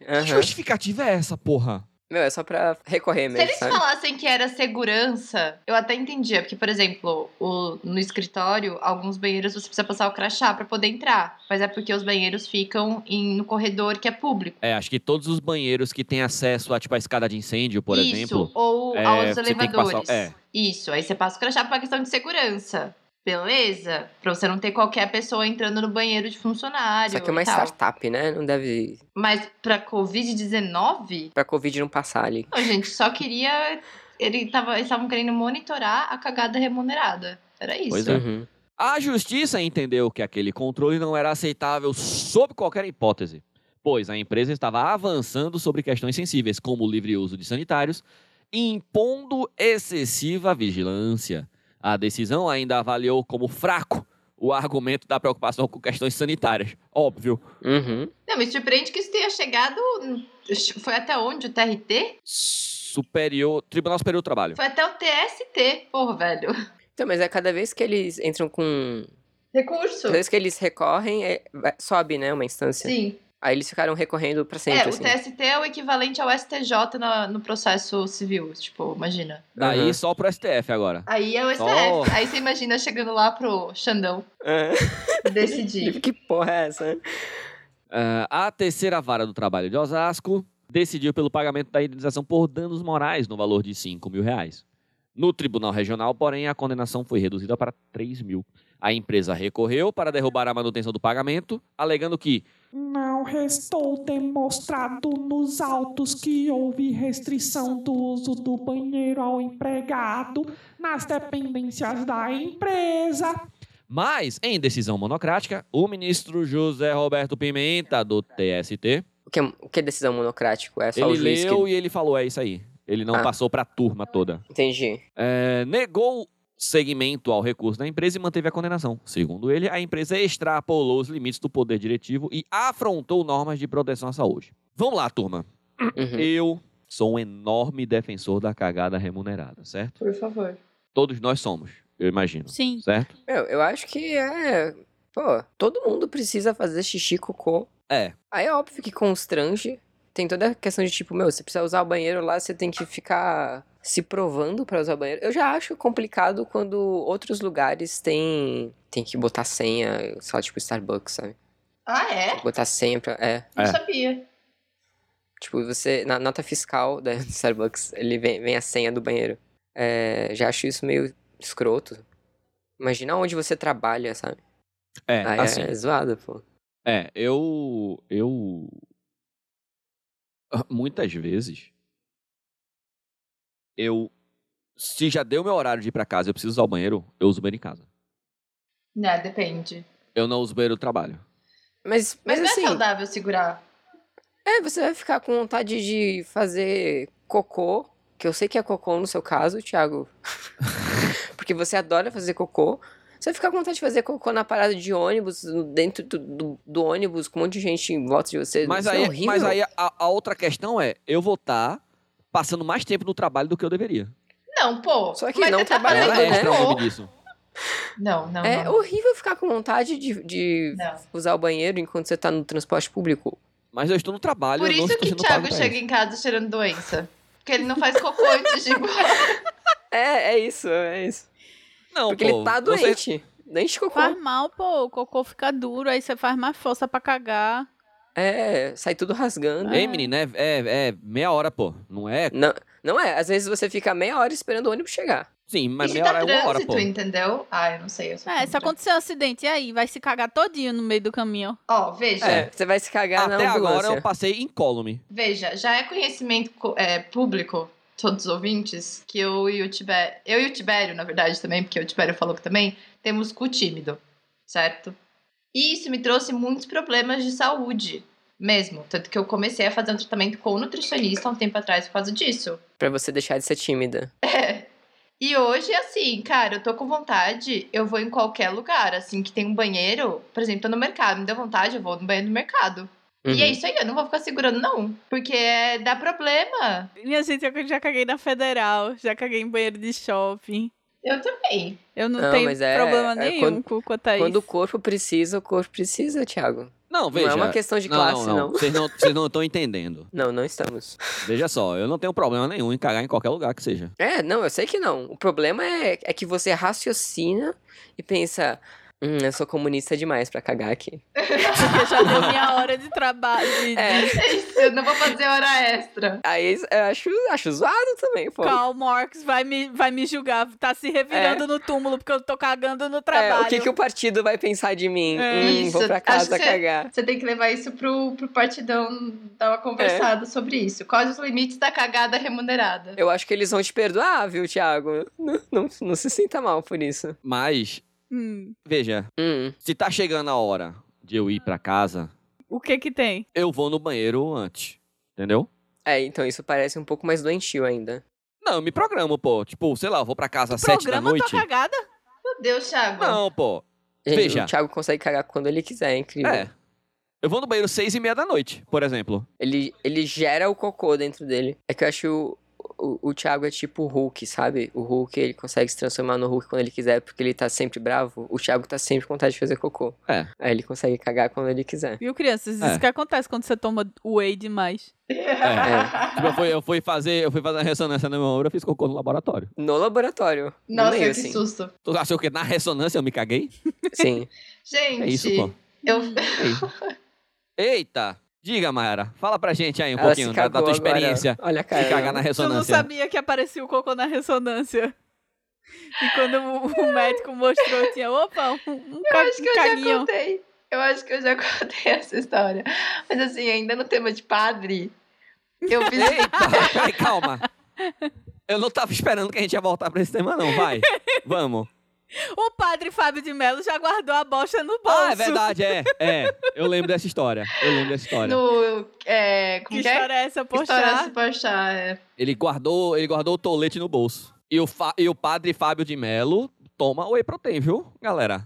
[SPEAKER 2] que
[SPEAKER 1] Aham.
[SPEAKER 2] justificativa é essa, porra?
[SPEAKER 1] Meu, é só pra recorrer
[SPEAKER 4] Se
[SPEAKER 1] mesmo,
[SPEAKER 4] eles
[SPEAKER 1] sabe?
[SPEAKER 4] falassem que era segurança, eu até entendia. Porque, por exemplo, o- no escritório, alguns banheiros você precisa passar o crachá pra poder entrar. Mas é porque os banheiros ficam em- no corredor que é público.
[SPEAKER 2] É, acho que todos os banheiros que têm acesso a, tipo, a escada de incêndio, por
[SPEAKER 4] Isso,
[SPEAKER 2] exemplo,
[SPEAKER 4] ou
[SPEAKER 2] é,
[SPEAKER 4] aos
[SPEAKER 2] você tem que
[SPEAKER 4] elevadores.
[SPEAKER 2] passar- é.
[SPEAKER 4] Isso, aí você passa o crachá por uma questão de segurança. Beleza? Pra você não ter qualquer pessoa entrando no banheiro de funcionário.
[SPEAKER 1] Só que é uma
[SPEAKER 4] e tal.
[SPEAKER 1] startup, né? Não deve.
[SPEAKER 4] Mas pra Covid-19,
[SPEAKER 1] Pra Covid não passar ali.
[SPEAKER 4] a gente só queria. Ele tava, eles estavam querendo monitorar a cagada remunerada. Era isso.
[SPEAKER 2] Pois é.
[SPEAKER 1] Uhum.
[SPEAKER 2] A justiça entendeu que aquele controle não era aceitável sob qualquer hipótese, pois a empresa estava avançando sobre questões sensíveis, como o livre uso de sanitários, impondo excessiva vigilância. A decisão ainda avaliou como fraco o argumento da preocupação com questões sanitárias. Óbvio.
[SPEAKER 1] Uhum.
[SPEAKER 4] Não, me surpreende que isso tenha chegado. Foi até onde? O TRT?
[SPEAKER 2] Superior, Tribunal Superior do Trabalho.
[SPEAKER 4] Foi até o TST, porra, velho.
[SPEAKER 1] Então, mas é cada vez que eles entram com.
[SPEAKER 4] Recurso?
[SPEAKER 1] Cada vez que eles recorrem, é- vai- sobe, né? Uma instância.
[SPEAKER 4] Sim.
[SPEAKER 1] Aí eles ficaram recorrendo pra sempre,
[SPEAKER 4] É, o
[SPEAKER 1] assim.
[SPEAKER 4] TST é o equivalente ao STJ na- no, processo civil, tipo, imagina.
[SPEAKER 2] Daí
[SPEAKER 1] Aham.
[SPEAKER 2] só pro STF agora.
[SPEAKER 4] Aí é o STF.
[SPEAKER 2] Oh.
[SPEAKER 4] Aí você imagina chegando lá pro Xandão
[SPEAKER 1] É.
[SPEAKER 4] decidir.
[SPEAKER 1] Que porra é essa?
[SPEAKER 2] Ah, a terceira vara do trabalho de Osasco decidiu pelo pagamento da indenização por danos morais no valor de 5 mil reais. No Tribunal Regional, porém, a condenação foi reduzida para 3 mil. A empresa recorreu para derrubar a manutenção do pagamento, alegando que
[SPEAKER 5] Não restou demonstrado nos autos que houve restrição do uso do banheiro ao empregado nas dependências da empresa.
[SPEAKER 2] mas, em decisão monocrática, o ministro José Roberto Pimenta, do TST,
[SPEAKER 1] O que é, o que é decisão monocrática? É só o
[SPEAKER 2] ele
[SPEAKER 1] juiz
[SPEAKER 2] leu
[SPEAKER 1] que.
[SPEAKER 2] e ele falou, é isso aí. Ele não
[SPEAKER 1] Ah.
[SPEAKER 2] passou para a turma toda.
[SPEAKER 1] Entendi.
[SPEAKER 2] É, negou segmento ao recurso da empresa e manteve a condenação. Segundo ele, a empresa extrapolou os limites do poder diretivo e afrontou normas de proteção à saúde. Vamos lá, turma.
[SPEAKER 1] Uhum.
[SPEAKER 2] Eu sou um enorme defensor da cagada remunerada, certo?
[SPEAKER 4] Por favor.
[SPEAKER 2] Todos nós somos. eu imagino.
[SPEAKER 3] Sim.
[SPEAKER 2] Certo?
[SPEAKER 1] Meu, eu acho que é. Pô, todo mundo precisa fazer xixi cocô.
[SPEAKER 2] É.
[SPEAKER 1] Aí é óbvio que constrange. Tem toda a questão de tipo, meu, você precisa usar o banheiro lá, você tem que ficar se provando pra usar o banheiro. Eu já acho complicado quando outros lugares têm. Tem que botar senha, sei lá, tipo Starbucks, sabe?
[SPEAKER 4] Ah, é?
[SPEAKER 1] Botar senha pra. É.
[SPEAKER 4] Não
[SPEAKER 2] É.
[SPEAKER 4] sabia.
[SPEAKER 1] Tipo, você. Na nota fiscal da do Starbucks, ele vem, vem a senha do banheiro. É, já acho isso meio escroto. Imagina onde você trabalha, sabe?
[SPEAKER 2] É,
[SPEAKER 1] Aí
[SPEAKER 2] assim.
[SPEAKER 1] é zoado, pô.
[SPEAKER 2] É, eu. Eu. ah, Muitas vezes. Eu. Se já deu meu horário de ir pra casa e eu preciso usar o banheiro, eu uso o banheiro em casa.
[SPEAKER 4] Não, Né, depende.
[SPEAKER 2] Eu não uso o banheiro do trabalho.
[SPEAKER 1] Mas, mas,
[SPEAKER 4] Mas, não
[SPEAKER 1] assim,
[SPEAKER 4] é saudável segurar.
[SPEAKER 1] é, você vai ficar com vontade de fazer cocô, que eu sei que é cocô no seu caso, Thiago. Porque você adora fazer cocô. Você vai ficar com vontade de fazer cocô na parada de ônibus, no- dentro do, do- do ônibus, com um monte de gente em volta de você.
[SPEAKER 2] Mas
[SPEAKER 1] Isso é
[SPEAKER 2] aí,
[SPEAKER 1] horrível.
[SPEAKER 2] mas aí a, a outra questão é: eu vou estar passando mais tempo no trabalho do que eu deveria.
[SPEAKER 4] Não, pô.
[SPEAKER 1] Só que
[SPEAKER 4] mas
[SPEAKER 1] não
[SPEAKER 4] você tá
[SPEAKER 1] trabalhando,
[SPEAKER 2] Ela
[SPEAKER 4] fazendo
[SPEAKER 2] é
[SPEAKER 1] né?
[SPEAKER 2] extra o
[SPEAKER 4] cocô.
[SPEAKER 2] nome disso.
[SPEAKER 4] Não, não,
[SPEAKER 1] É
[SPEAKER 4] não.
[SPEAKER 1] horrível ficar com vontade de, de
[SPEAKER 4] Não.
[SPEAKER 1] usar o banheiro enquanto você tá no transporte público.
[SPEAKER 2] Mas eu estou no trabalho,
[SPEAKER 4] Por
[SPEAKER 2] eu não
[SPEAKER 4] isso
[SPEAKER 2] estou
[SPEAKER 4] que
[SPEAKER 2] sendo pago
[SPEAKER 4] Thiago
[SPEAKER 2] pra
[SPEAKER 4] chega
[SPEAKER 2] isso.
[SPEAKER 4] em casa cheirando doença. Porque ele não faz cocô antes de ir embora.
[SPEAKER 1] É, é isso, é isso.
[SPEAKER 2] Não,
[SPEAKER 1] Porque
[SPEAKER 2] pô,
[SPEAKER 1] ele tá
[SPEAKER 2] você-
[SPEAKER 1] doente. Doente de cocô.
[SPEAKER 3] Faz mal, pô. O cocô fica duro, aí você faz mais força pra cagar.
[SPEAKER 1] É, sai tudo rasgando.
[SPEAKER 4] Ah.
[SPEAKER 2] Ei, menino, é, é, é meia hora, pô. Não é?
[SPEAKER 1] Não, não é, às vezes você fica meia hora esperando o ônibus chegar.
[SPEAKER 2] Sim, mas
[SPEAKER 4] Isso
[SPEAKER 2] meia
[SPEAKER 4] dá
[SPEAKER 2] hora é uma hora,
[SPEAKER 4] tá trânsito,
[SPEAKER 2] pô.
[SPEAKER 4] entendeu? Ah, eu não sei. Eu sou
[SPEAKER 3] É, se
[SPEAKER 4] contra.
[SPEAKER 3] acontecer um acidente, e aí? Vai se cagar todinho no meio do caminho.
[SPEAKER 4] Ó, veja.
[SPEAKER 1] É, você vai se cagar
[SPEAKER 2] Até
[SPEAKER 1] na ambulância.
[SPEAKER 2] agora é eu passei incólume.
[SPEAKER 4] Veja, já é conhecimento co- é, público, todos os ouvintes, que eu e o Tibério, eu e o Tibério, na verdade, também, porque o Tibério falou que também, temos cu tímido, certo? E isso me trouxe muitos problemas de saúde mesmo. Tanto que eu comecei a fazer um tratamento com um nutricionista há um tempo atrás por causa disso. É.
[SPEAKER 1] Pra você deixar de ser tímida.
[SPEAKER 4] E hoje, assim, cara, eu tô com vontade, eu vou em qualquer lugar, assim, que tem um banheiro. Por exemplo, tô no mercado, me deu vontade, eu vou no banheiro do mercado.
[SPEAKER 1] Uhum.
[SPEAKER 4] E é
[SPEAKER 2] Uhum.
[SPEAKER 4] isso aí, eu não vou ficar segurando, não. Porque é, dá problema.
[SPEAKER 3] Minha gente, eu já caguei na federal, já caguei em banheiro de shopping.
[SPEAKER 4] Eu também.
[SPEAKER 3] Eu não,
[SPEAKER 1] Não,
[SPEAKER 3] tenho
[SPEAKER 1] mas é-
[SPEAKER 3] problema
[SPEAKER 1] é
[SPEAKER 3] nenhum
[SPEAKER 1] quando-
[SPEAKER 3] com quanto a
[SPEAKER 1] Quando o
[SPEAKER 3] isso.
[SPEAKER 1] corpo precisa, o corpo precisa, Thiago.
[SPEAKER 2] Não, veja.
[SPEAKER 1] Não é uma questão de
[SPEAKER 2] Não,
[SPEAKER 1] classe, não. Não,
[SPEAKER 2] Vocês não vocês não estão entendendo.
[SPEAKER 1] não, estamos.
[SPEAKER 2] Veja só, eu não tenho problema nenhum em cagar em qualquer lugar que seja.
[SPEAKER 1] É, não, eu sei que não. O problema é, é que você raciocina e pensa... Hum, eu sou comunista demais pra cagar aqui.
[SPEAKER 3] Porque já deu minha hora de trabalho. de- de-
[SPEAKER 1] É,
[SPEAKER 4] Eu não vou fazer hora extra.
[SPEAKER 1] aí eu acho, acho zoado também, pô.
[SPEAKER 3] Karl Marx vai me, vai me julgar, tá se revirando no túmulo porque eu tô cagando no
[SPEAKER 1] É,
[SPEAKER 3] trabalho.
[SPEAKER 1] o que, que o partido vai pensar de mim?
[SPEAKER 3] É.
[SPEAKER 1] Hum, vou
[SPEAKER 4] Isso,
[SPEAKER 1] pra
[SPEAKER 4] acho
[SPEAKER 1] casa
[SPEAKER 4] que você-
[SPEAKER 1] cagar.
[SPEAKER 4] Você tem que levar isso pro, pro partidão dar uma
[SPEAKER 2] É.
[SPEAKER 4] conversada sobre isso. Quais os limites da cagada remunerada?
[SPEAKER 1] Eu acho que eles vão te perdoar, viu, Thiago? Não, não, não se sinta mal por isso.
[SPEAKER 2] Mas,
[SPEAKER 3] Hum,
[SPEAKER 2] veja,
[SPEAKER 1] Hum,
[SPEAKER 2] se tá chegando a hora de eu ir pra casa,
[SPEAKER 3] o que que tem?
[SPEAKER 2] eu vou no banheiro antes. Entendeu?
[SPEAKER 1] É, então isso parece um pouco mais doentio ainda.
[SPEAKER 2] Não, eu me programo, pô. Tipo, sei lá, eu vou pra casa às sete da
[SPEAKER 3] Programa
[SPEAKER 2] noite.
[SPEAKER 3] tua cagada?
[SPEAKER 4] Meu Deus, Thiago.
[SPEAKER 2] Não, pô.
[SPEAKER 1] Gente,
[SPEAKER 2] Veja.
[SPEAKER 1] o Thiago consegue cagar quando ele quiser, é incrível.
[SPEAKER 2] É. Eu vou no banheiro seis e meia da noite, por exemplo.
[SPEAKER 1] Ele, ele gera o cocô dentro dele. É que eu acho o, o, o Thiago é tipo o Hulk, sabe? O Hulk, ele consegue se transformar no Hulk quando ele quiser, porque ele tá sempre bravo. O Thiago tá sempre com vontade de fazer cocô.
[SPEAKER 2] É.
[SPEAKER 1] Aí ele consegue cagar quando ele quiser.
[SPEAKER 3] Viu, crianças?
[SPEAKER 2] É.
[SPEAKER 3] Isso que acontece quando você toma whey demais.
[SPEAKER 2] É. Tipo, eu fui, eu fui fazer, eu fui fazer a ressonância no meu ombro, eu fiz cocô no laboratório.
[SPEAKER 1] No laboratório. no
[SPEAKER 4] Nossa,
[SPEAKER 1] meio,
[SPEAKER 4] que
[SPEAKER 1] assim.
[SPEAKER 4] susto.
[SPEAKER 2] Tu achou que na ressonância eu me caguei?
[SPEAKER 1] Sim.
[SPEAKER 4] Gente,
[SPEAKER 2] É isso, pô.
[SPEAKER 4] eu
[SPEAKER 3] Hum,
[SPEAKER 2] Eita! Diga, Mayara, fala pra gente aí um
[SPEAKER 1] Ela
[SPEAKER 2] pouquinho
[SPEAKER 1] se
[SPEAKER 2] da, da
[SPEAKER 1] cagou
[SPEAKER 2] tua
[SPEAKER 1] agora.
[SPEAKER 2] experiência
[SPEAKER 1] Olha,
[SPEAKER 2] de
[SPEAKER 1] cara.
[SPEAKER 2] cagar na
[SPEAKER 3] Eu não
[SPEAKER 2] ressonância.
[SPEAKER 3] sabia que aparecia o cocô na ressonância. E quando o, o médico mostrou, eu tinha, opa, um, um,
[SPEAKER 4] Eu
[SPEAKER 3] ca-
[SPEAKER 4] acho que
[SPEAKER 3] um
[SPEAKER 4] eu já
[SPEAKER 3] caguinho.
[SPEAKER 4] contei. Eu acho que eu já contei essa história. Mas assim, ainda no tema de padre, eu fiz.
[SPEAKER 2] Eita, peraí, calma. Eu não tava esperando que a gente ia voltar pra esse tema, não. Vai. Vamos.
[SPEAKER 3] O padre Fábio de Mello já guardou a bocha no bolso.
[SPEAKER 2] Ah, é verdade, é. É. Eu lembro dessa história. Eu lembro dessa história.
[SPEAKER 4] no. É,
[SPEAKER 3] Que
[SPEAKER 4] como que é?
[SPEAKER 3] história é essa,
[SPEAKER 4] Que História se
[SPEAKER 3] poxa?
[SPEAKER 4] baixar. É.
[SPEAKER 2] Ele guardou, ele guardou o tolete no bolso. E o, fa- e o padre Fábio de Melo toma whey protein, viu, galera?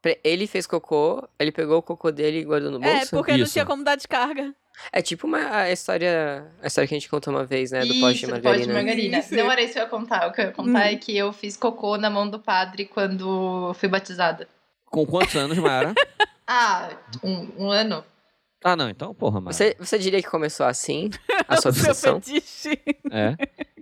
[SPEAKER 1] Pre- Ele fez cocô, ele pegou o cocô dele e guardou no bolso.
[SPEAKER 3] É, porque não
[SPEAKER 2] Isso.
[SPEAKER 3] tinha como dar descarga.
[SPEAKER 1] É tipo uma, a história. A história que a gente contou uma vez, né? Do
[SPEAKER 4] Isso,
[SPEAKER 1] pote de
[SPEAKER 4] Pó de
[SPEAKER 1] margarina.
[SPEAKER 4] margarina.
[SPEAKER 3] Isso.
[SPEAKER 4] Não era isso que eu ia contar. O que eu ia contar
[SPEAKER 3] Hum.
[SPEAKER 4] é que eu fiz cocô na mão do padre quando eu fui batizada.
[SPEAKER 2] Com quantos anos, Mayara?
[SPEAKER 4] Ah, um, um ano?
[SPEAKER 2] Ah, não, então, porra, Mayara. Ah,
[SPEAKER 1] Você, você diria que começou assim? A sua
[SPEAKER 3] O seu
[SPEAKER 1] obsessão?
[SPEAKER 3] fetiche.
[SPEAKER 2] É.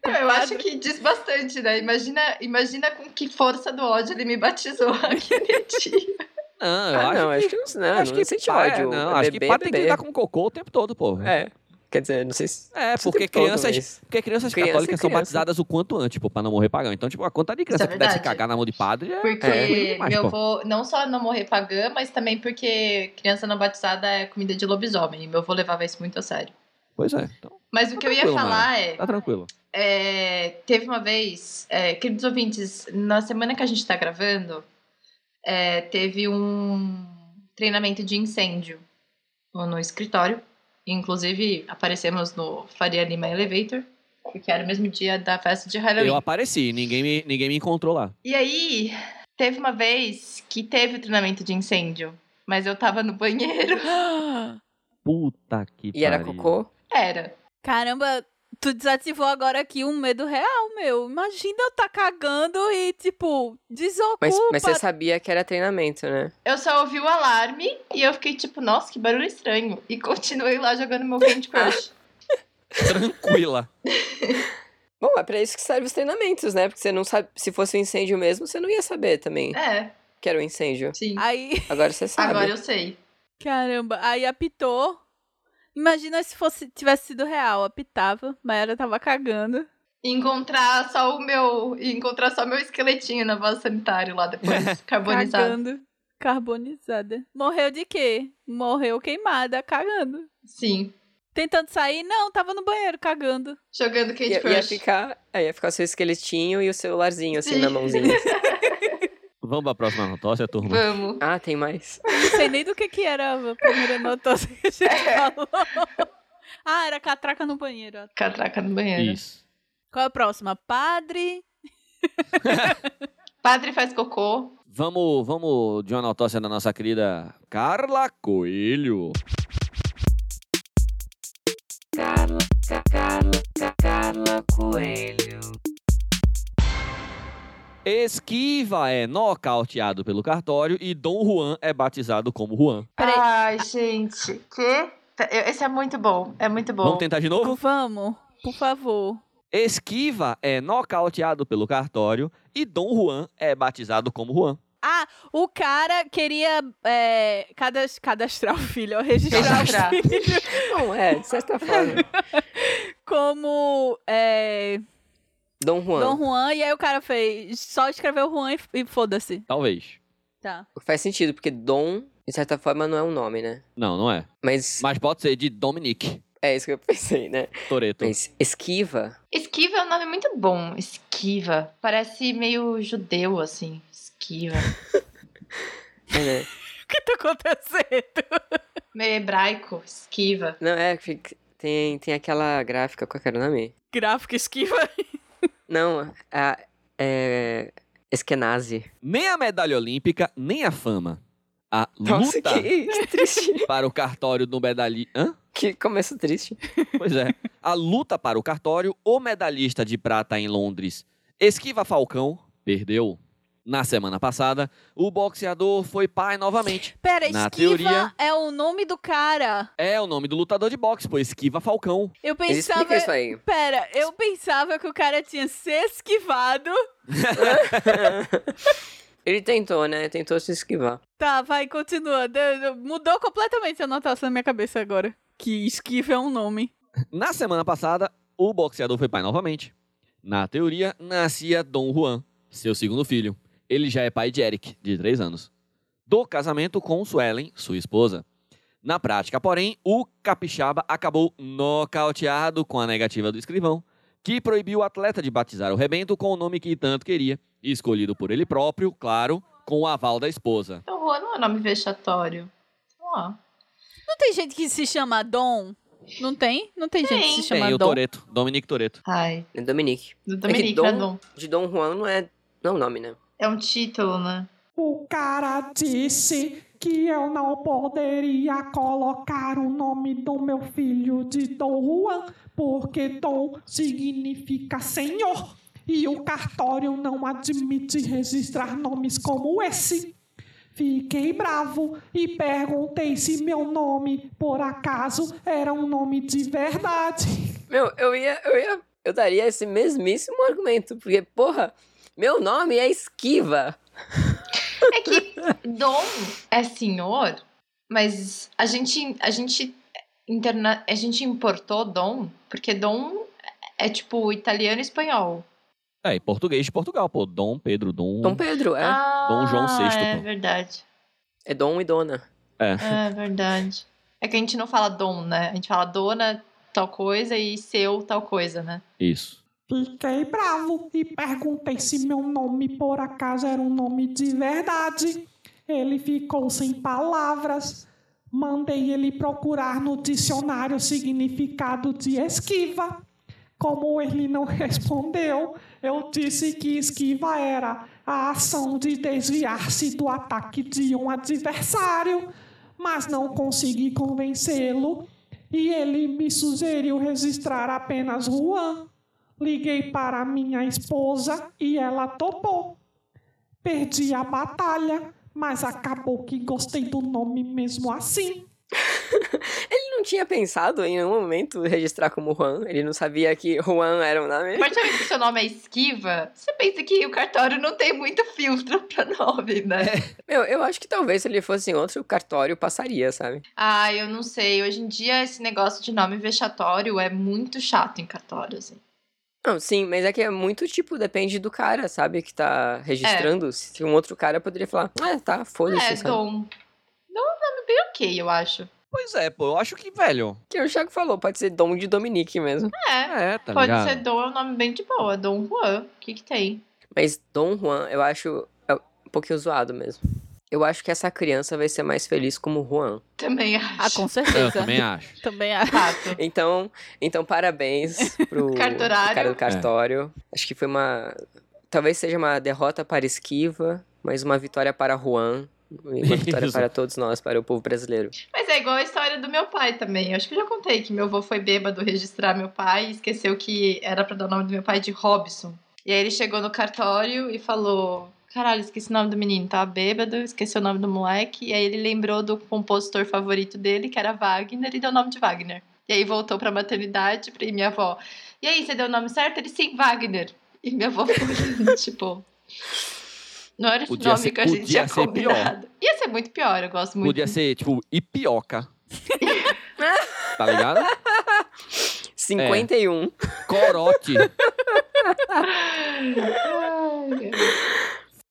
[SPEAKER 4] Não, um eu acho que diz bastante, né? Imagina, imagina com que força do ódio ele me batizou aquele dia.
[SPEAKER 2] Não, eu
[SPEAKER 1] Ah,
[SPEAKER 2] acho,
[SPEAKER 1] não,
[SPEAKER 2] que,
[SPEAKER 1] acho que não, não,
[SPEAKER 2] acho que
[SPEAKER 1] não sente
[SPEAKER 2] pá, é,
[SPEAKER 1] ódio.
[SPEAKER 2] Não,
[SPEAKER 1] é
[SPEAKER 2] acho que
[SPEAKER 1] bebê,
[SPEAKER 2] pá
[SPEAKER 1] é
[SPEAKER 2] tem que
[SPEAKER 1] bebê.
[SPEAKER 2] lidar com cocô o tempo todo, porra.
[SPEAKER 1] É. Quer dizer, não sei se.
[SPEAKER 2] É,
[SPEAKER 1] se o
[SPEAKER 2] porque
[SPEAKER 1] tempo todo,
[SPEAKER 2] crianças,
[SPEAKER 1] mas-
[SPEAKER 2] porque crianças
[SPEAKER 1] Criança é
[SPEAKER 2] católicas são
[SPEAKER 1] criança.
[SPEAKER 2] batizadas o quanto antes, pô, pra não morrer pagão. Então, tipo, a quantidade de criança
[SPEAKER 4] Isso
[SPEAKER 2] que
[SPEAKER 4] é
[SPEAKER 2] pudesse
[SPEAKER 4] verdade.
[SPEAKER 2] cagar na mão de padre é
[SPEAKER 4] Porque
[SPEAKER 2] é, demais,
[SPEAKER 4] meu
[SPEAKER 2] pô.
[SPEAKER 4] avô não só não morrer pagã, mas também porque criança não batizada é comida de lobisomem. E meu avô levava isso muito a sério.
[SPEAKER 2] Pois é, então,
[SPEAKER 4] Mas o que eu ia
[SPEAKER 2] tranquilo,
[SPEAKER 4] falar é.
[SPEAKER 2] tá tranquilo.
[SPEAKER 4] É, teve uma vez, é, queridos ouvintes, na semana que a gente está gravando, é, teve um treinamento de incêndio no escritório. Inclusive, aparecemos no Faria Lima Elevator, porque era o mesmo dia da festa de Halloween.
[SPEAKER 2] Eu apareci, ninguém me, ninguém me encontrou lá.
[SPEAKER 4] E aí, teve uma vez que teve o treinamento de incêndio, mas eu tava no banheiro.
[SPEAKER 2] Puta que
[SPEAKER 1] E era
[SPEAKER 2] pariu.
[SPEAKER 1] cocô?
[SPEAKER 4] Era.
[SPEAKER 3] Caramba, tu desativou agora aqui um medo real, meu. Imagina eu tá cagando e, tipo, desocupa.
[SPEAKER 1] Mas, mas você é sabia que era treinamento, né?
[SPEAKER 4] Eu só ouvi o alarme e eu fiquei tipo, nossa, que barulho estranho. E continuei lá jogando meu Candy Crush.
[SPEAKER 2] Tranquila.
[SPEAKER 1] Bom, é pra isso que servem os treinamentos, né? Porque você não sabe. Se fosse um incêndio mesmo, você não ia saber também
[SPEAKER 4] É,
[SPEAKER 1] que era um incêndio.
[SPEAKER 4] sim.
[SPEAKER 3] Aí,
[SPEAKER 1] Agora você sabe.
[SPEAKER 4] Agora eu sei.
[SPEAKER 3] caramba, aí apitou. Imagina se fosse tivesse sido real, apitava, Mayara tava cagando.
[SPEAKER 4] encontrar só o meu encontrar só meu esqueletinho na vaso sanitário lá depois carbonizado
[SPEAKER 3] Cagando. Carbonizada. Morreu de quê? Morreu queimada, cagando.
[SPEAKER 4] sim
[SPEAKER 3] Tentando sair? Não, tava no banheiro cagando.
[SPEAKER 4] jogando Candy
[SPEAKER 1] Ia,
[SPEAKER 4] Crush
[SPEAKER 3] assim
[SPEAKER 1] ia ficar, aí ia ficar seu esqueletinho e o celularzinho, assim,
[SPEAKER 4] Sim.
[SPEAKER 1] na mãozinha.
[SPEAKER 2] Vamos pra próxima notócia, turma.
[SPEAKER 4] vamos
[SPEAKER 1] Ah, tem mais?
[SPEAKER 3] Não sei nem do que que era a primeira notócia que a gente falou. Ah, era catraca no banheiro. ó.
[SPEAKER 4] catraca no banheiro
[SPEAKER 2] Isso.
[SPEAKER 3] Qual é a próxima? Padre.
[SPEAKER 4] padre faz cocô
[SPEAKER 2] Vamos, vamos de uma notócia da nossa querida Carla Coelho. Esquiva é nocauteado pelo cartório e Dom Juan é batizado como Juan.
[SPEAKER 3] Peraí. Ah.
[SPEAKER 4] ai gente que esse é muito bom é muito bom
[SPEAKER 2] Vamos tentar de novo?
[SPEAKER 3] Vamos, por favor.
[SPEAKER 2] Esquiva é nocauteado pelo cartório e Dom Juan é batizado como Juan.
[SPEAKER 3] Ah, O cara queria é, cadas- cadastrar o filho, ó, registrar
[SPEAKER 4] Cadastrar.
[SPEAKER 3] o filho
[SPEAKER 1] Não, é, de certa forma.
[SPEAKER 3] como é,
[SPEAKER 1] Dom Juan.
[SPEAKER 3] Dom Juan. E aí o cara fez, só escreveu Juan e, e foda-se.
[SPEAKER 2] Talvez.
[SPEAKER 3] Tá.
[SPEAKER 1] O que faz sentido, porque Dom, de certa forma, não é um nome, né?
[SPEAKER 2] Não, não é.
[SPEAKER 1] Mas
[SPEAKER 2] Mas pode ser de Dominique
[SPEAKER 1] é isso que eu pensei, né?
[SPEAKER 2] Toreto.
[SPEAKER 1] Mas esquiva.
[SPEAKER 4] esquiva é um nome muito bom esquiva parece meio judeu assim esquiva
[SPEAKER 1] é, né?
[SPEAKER 3] O que tá acontecendo?
[SPEAKER 4] meio hebraico esquiva
[SPEAKER 1] Não, é, fica- tem, tem aquela gráfica, qual que era o nome?
[SPEAKER 3] Gráfico esquiva.
[SPEAKER 1] Não, a, é. Eskenazi.
[SPEAKER 2] Nem a medalha olímpica, nem a fama. A
[SPEAKER 1] Nossa,
[SPEAKER 2] luta
[SPEAKER 1] que, que triste.
[SPEAKER 2] para o cartório do medalhista. Hã?
[SPEAKER 1] que começo triste.
[SPEAKER 2] Pois é. A luta para o cartório, o medalhista de prata em Londres, Esquiva Falcão, perdeu. Na semana passada, o boxeador foi pai novamente.
[SPEAKER 3] Pera,
[SPEAKER 2] Na
[SPEAKER 3] esquiva
[SPEAKER 2] teoria-
[SPEAKER 3] é o nome do cara.
[SPEAKER 2] É o nome do lutador de boxe, pô, Esquiva Falcão.
[SPEAKER 3] Eu
[SPEAKER 1] Eles
[SPEAKER 3] pensava...
[SPEAKER 1] explicam isso aí.
[SPEAKER 3] Pera, eu pensava que o cara tinha se esquivado.
[SPEAKER 1] Ele tentou, né? Tentou se esquivar.
[SPEAKER 3] Tá, vai, continua. De- de- Mudou completamente a anotação na minha cabeça agora. Que esquiva é um nome.
[SPEAKER 2] Na semana passada, o boxeador foi pai novamente. Na teoria, nascia Dom Juan, seu segundo filho. Ele já é pai de Eric, de 3 anos. Do casamento com Suelen, sua esposa. Na prática, porém, o capixaba acabou nocauteado com a negativa do escrivão, que proibiu o atleta de batizar o rebento com o nome que tanto queria, escolhido por ele próprio, claro, com o aval da esposa.
[SPEAKER 4] então Juan não é um nome vexatório sei lá
[SPEAKER 3] Não tem gente que se chama Dom? Não tem? Não tem, gente que se chama
[SPEAKER 2] Tem o
[SPEAKER 3] Dom?
[SPEAKER 2] Toreto, Dominique Toreto.
[SPEAKER 4] ai
[SPEAKER 1] É Dominique.
[SPEAKER 4] do Dominique
[SPEAKER 1] Dom-
[SPEAKER 4] né, Dom?
[SPEAKER 1] De Dom Juan não é. Não é o nome, né?
[SPEAKER 4] é um título né
[SPEAKER 5] O cara disse que eu não poderia colocar o nome do meu filho de Dom Juan, porque Dom significa senhor. E o cartório não admite registrar nomes como esse. Fiquei bravo e perguntei se meu nome, por acaso, era um nome de verdade.
[SPEAKER 1] Meu, eu ia, eu ia. Eu daria esse mesmíssimo argumento, porque, porra, meu nome é Esquiva.
[SPEAKER 4] É que dom é senhor, mas a gente, a gente, interna, a gente importou dom, porque dom é tipo italiano e espanhol.
[SPEAKER 2] É, em português de Portugal, pô. Dom Pedro, Dom.
[SPEAKER 1] Dom Pedro, é.
[SPEAKER 4] Ah,
[SPEAKER 2] Dom João VI,
[SPEAKER 4] É
[SPEAKER 2] pô.
[SPEAKER 4] verdade.
[SPEAKER 1] É Dom e Dona.
[SPEAKER 4] É verdade. É que a gente não fala dom, né? A gente fala dona tal coisa e seu tal coisa, né?
[SPEAKER 2] Isso.
[SPEAKER 5] Fiquei bravo e perguntei se meu nome por acaso era um nome de verdade. Ele ficou sem palavras. Mandei ele procurar no dicionário o significado de esquiva. Como ele não respondeu, eu disse que esquiva era a ação de desviar-se do ataque de um adversário, mas não consegui convencê-lo e ele me sugeriu registrar apenas Juan. Liguei para minha esposa e ela topou. Perdi a batalha, mas acabou que gostei do nome mesmo assim.
[SPEAKER 1] Ele não tinha pensado em nenhum momento registrar como Juan. Ele não sabia que Juan era o
[SPEAKER 4] A
[SPEAKER 1] nome.
[SPEAKER 4] partir do momento que seu nome é esquiva, você pensa que o cartório não tem muito filtro pra nome, né?
[SPEAKER 2] É.
[SPEAKER 1] Meu, eu acho que talvez se ele fosse em outro cartório, passaria, sabe?
[SPEAKER 4] Ah, eu não sei. Hoje em dia, esse negócio de nome vexatório é muito chato em cartório, assim.
[SPEAKER 1] Não, sim, mas é que é muito tipo, depende do cara, sabe? Que tá registrando. Se um outro cara poderia falar, ah, tá, foda-se.
[SPEAKER 4] É,
[SPEAKER 1] sabe?
[SPEAKER 4] Dom. Dom é um nome bem ok, eu acho.
[SPEAKER 2] Pois é, pô. Eu acho que, velho.
[SPEAKER 1] Que é o Chaco falou, pode ser Dom de Dominique mesmo.
[SPEAKER 4] É,
[SPEAKER 2] É, tá
[SPEAKER 4] pode
[SPEAKER 2] ligado?
[SPEAKER 4] ser Dom, é um nome bem de boa. Dom Juan, o que que tem?
[SPEAKER 1] Mas Dom Juan, eu acho é um pouquinho zoado mesmo. Eu acho que essa criança vai ser mais feliz como Juan.
[SPEAKER 4] Também
[SPEAKER 3] Ah,
[SPEAKER 4] acho.
[SPEAKER 3] com
[SPEAKER 2] Eu
[SPEAKER 3] certeza.
[SPEAKER 2] também acho.
[SPEAKER 3] Também acho.
[SPEAKER 4] Fato.
[SPEAKER 1] Então, então parabéns pro
[SPEAKER 4] Cartorário.
[SPEAKER 3] É.
[SPEAKER 1] cara do cartório. Acho que foi uma. Talvez seja uma derrota para Esquiva, mas uma vitória para Juan. E uma vitória
[SPEAKER 2] Isso.
[SPEAKER 1] para todos nós, para o povo brasileiro.
[SPEAKER 4] Mas é igual a história do meu pai também. Eu acho que eu já contei que meu avô foi bêbado registrar meu pai e esqueceu que era pra dar o nome do meu pai de Robson. E aí ele chegou no cartório e falou: Caralho, esqueci o nome do menino, tava bêbado, esqueceu o nome do moleque. E aí ele lembrou do compositor favorito dele, que era Wagner, e deu o nome de Wagner. E aí voltou pra maternidade pra minha avó. E aí, você deu o nome certo? Ele sim, Wagner. E minha avó ficou tipo. Não era esse
[SPEAKER 2] Podia
[SPEAKER 4] nome
[SPEAKER 2] ser-
[SPEAKER 4] que a gente
[SPEAKER 2] podia
[SPEAKER 4] tinha
[SPEAKER 2] ser pior.
[SPEAKER 4] combinado. Ia ser muito pior, eu gosto muito.
[SPEAKER 2] Podia ser, tipo, Ipioca. tá ligado?
[SPEAKER 1] 51.
[SPEAKER 2] Corote.
[SPEAKER 4] Ai,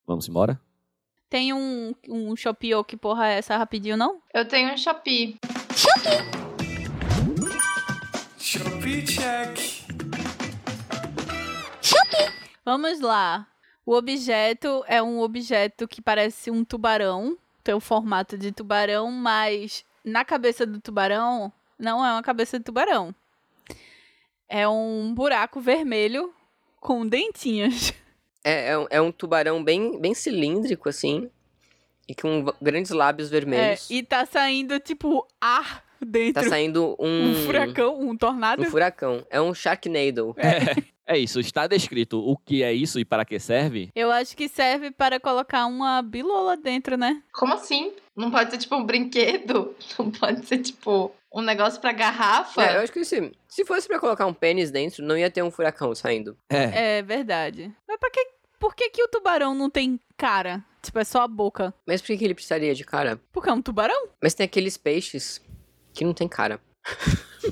[SPEAKER 2] Vamos embora?
[SPEAKER 3] Tem um, um Shopee, que porra é essa rapidinho, não?
[SPEAKER 4] Eu tenho um Shopee.
[SPEAKER 6] Shopee check.
[SPEAKER 3] Vamos lá. O objeto é um objeto que parece um tubarão. Tem o formato de tubarão, mas na cabeça do tubarão não é uma cabeça de tubarão. É um buraco vermelho com dentinhos.
[SPEAKER 1] É, é, um- é um tubarão bem, bem cilíndrico, assim. E com va- grandes lábios
[SPEAKER 3] É,
[SPEAKER 1] vermelhos.
[SPEAKER 3] e tá saindo, tipo, ar
[SPEAKER 1] Tá
[SPEAKER 3] dentro.
[SPEAKER 1] saindo um.
[SPEAKER 3] um furacão, um tornado.
[SPEAKER 1] um furacão. É um Sharknado.
[SPEAKER 2] É isso. Está descrito o que é isso e para que serve?
[SPEAKER 3] Eu acho que serve para colocar uma bilola dentro, né?
[SPEAKER 4] Como assim? Não pode ser tipo um brinquedo? Não pode ser tipo um negócio pra garrafa?
[SPEAKER 1] É, eu acho que se, se fosse pra colocar um pênis dentro, não ia ter um furacão saindo.
[SPEAKER 2] É.
[SPEAKER 3] É verdade. Mas pra que, por que, que o tubarão não tem cara? Tipo, é só a boca.
[SPEAKER 1] Mas por que que ele precisaria de cara?
[SPEAKER 3] Porque é um tubarão?
[SPEAKER 1] Mas tem aqueles peixes que não tem cara.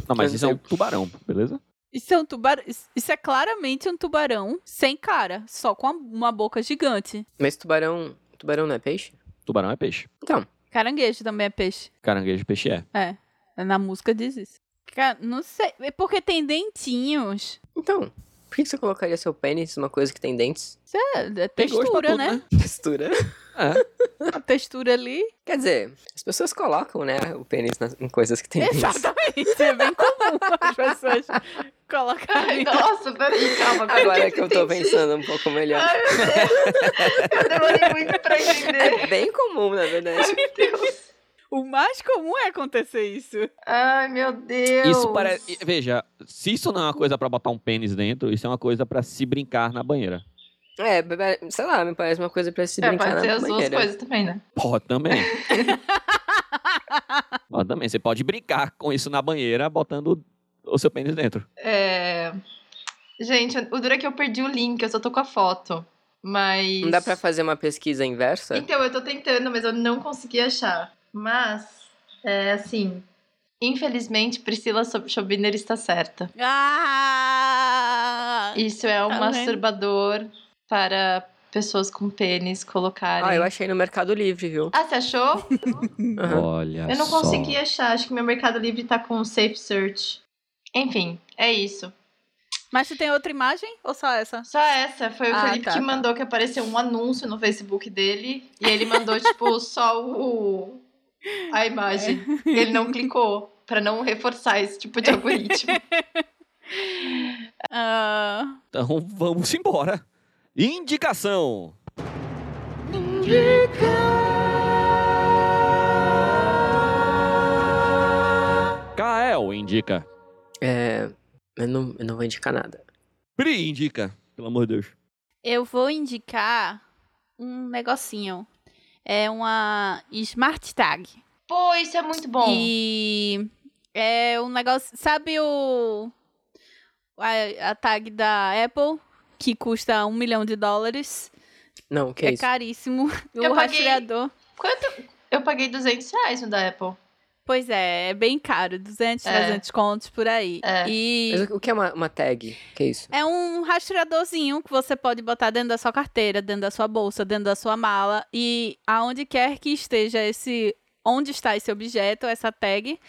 [SPEAKER 2] Não, mas isso é um tubarão, beleza?
[SPEAKER 3] Isso é um tubarão. Isso é claramente um tubarão sem cara, só com a- uma boca gigante.
[SPEAKER 1] Mas tubarão. Tubarão não é peixe?
[SPEAKER 2] Tubarão é peixe.
[SPEAKER 3] Caranguejo também é peixe.
[SPEAKER 2] Caranguejo, peixe é.
[SPEAKER 3] É. Na música diz isso. Cara, não sei. É porque tem dentinhos.
[SPEAKER 1] Então, por que que você colocaria seu pênis numa coisa que tem dentes?
[SPEAKER 3] É, é
[SPEAKER 2] Tem gosto pra
[SPEAKER 3] textura,
[SPEAKER 2] tudo,
[SPEAKER 3] né?
[SPEAKER 1] Textura.
[SPEAKER 2] É.
[SPEAKER 3] A textura ali.
[SPEAKER 1] Quer dizer, as pessoas colocam, né, o pênis nas- em coisas que tem dentes.
[SPEAKER 3] Exatamente. É bem comum as pessoas colocar
[SPEAKER 4] Ai,
[SPEAKER 3] ali.
[SPEAKER 4] nossa, peraí, calma. peraí,
[SPEAKER 1] Agora é que eu tô
[SPEAKER 4] entendi.
[SPEAKER 1] pensando um pouco melhor.
[SPEAKER 4] Ai, meu Deus. Eu demorei muito pra entender.
[SPEAKER 1] É bem comum, na verdade.
[SPEAKER 4] Meu Deus.
[SPEAKER 3] O mais comum é acontecer isso.
[SPEAKER 4] Ai, meu Deus. É,
[SPEAKER 2] Isso parece. Veja, se isso não é uma coisa pra botar um pênis dentro, isso é uma coisa pra se brincar na banheira.
[SPEAKER 1] É, be- be- sei lá, me parece uma coisa pra se
[SPEAKER 4] É,
[SPEAKER 1] brincar
[SPEAKER 4] pode ser
[SPEAKER 1] na
[SPEAKER 4] as duas
[SPEAKER 1] banheira.
[SPEAKER 4] coisas também, né?
[SPEAKER 2] Pode também. Pode também. Você pode brincar com isso na banheira botando o seu pênis dentro.
[SPEAKER 4] É... Gente, o duro é que eu perdi o link, eu só tô com a foto. Mas.
[SPEAKER 1] Não dá pra fazer uma pesquisa inversa?
[SPEAKER 4] Então, eu tô tentando, mas eu não consegui achar. Mas, é assim. Infelizmente, Priscila Sob- Schobiner está certa.
[SPEAKER 3] Ah!
[SPEAKER 4] Isso é um
[SPEAKER 3] Tá vendo?
[SPEAKER 4] masturbador para pessoas com pênis colocarem.
[SPEAKER 1] Ah, eu achei no Mercado Livre, viu?
[SPEAKER 4] Ah, você achou?
[SPEAKER 1] Aham.
[SPEAKER 2] Olha
[SPEAKER 4] Eu não
[SPEAKER 2] só.
[SPEAKER 4] consegui achar. Acho que meu Mercado Livre tá com Safe Search. Enfim, é isso.
[SPEAKER 3] Mas tu tem outra imagem ou só essa?
[SPEAKER 4] Só essa. Foi o
[SPEAKER 3] Ah,
[SPEAKER 4] Felipe
[SPEAKER 3] tá,
[SPEAKER 4] que
[SPEAKER 3] tá.
[SPEAKER 4] mandou que apareceu um anúncio no Facebook dele. E ele mandou, tipo, só o... a imagem.
[SPEAKER 3] É.
[SPEAKER 4] Ele não clicou. Pra não reforçar esse tipo de algoritmo.
[SPEAKER 3] Ah,
[SPEAKER 2] Então vamos embora. Indicação. Kael indica.
[SPEAKER 1] É. Eu não, eu não vou indicar nada.
[SPEAKER 2] Pri indica. Pelo amor de Deus.
[SPEAKER 3] eu vou indicar um negocinho. É uma Smart Tag.
[SPEAKER 4] Pô, isso é muito bom.
[SPEAKER 3] E é um negócio. Sabe o. A, a tag da Apple, que custa um milhão de dólares.
[SPEAKER 1] Não, que
[SPEAKER 3] é
[SPEAKER 1] é isso?
[SPEAKER 3] caríssimo.
[SPEAKER 4] Eu
[SPEAKER 3] o
[SPEAKER 4] paguei-
[SPEAKER 3] rastreador.
[SPEAKER 4] Quanto... Eu paguei 200 reais no da Apple.
[SPEAKER 3] Pois é, é bem caro. 200,
[SPEAKER 4] É.
[SPEAKER 3] 300 contos por aí.
[SPEAKER 4] É.
[SPEAKER 3] E
[SPEAKER 1] Mas o- o que é uma, uma tag? Que é isso?
[SPEAKER 3] é um rastreadorzinho que você pode botar dentro da sua carteira, dentro da sua bolsa, dentro da sua mala. E aonde quer que esteja esse. Onde está esse objeto, essa tag,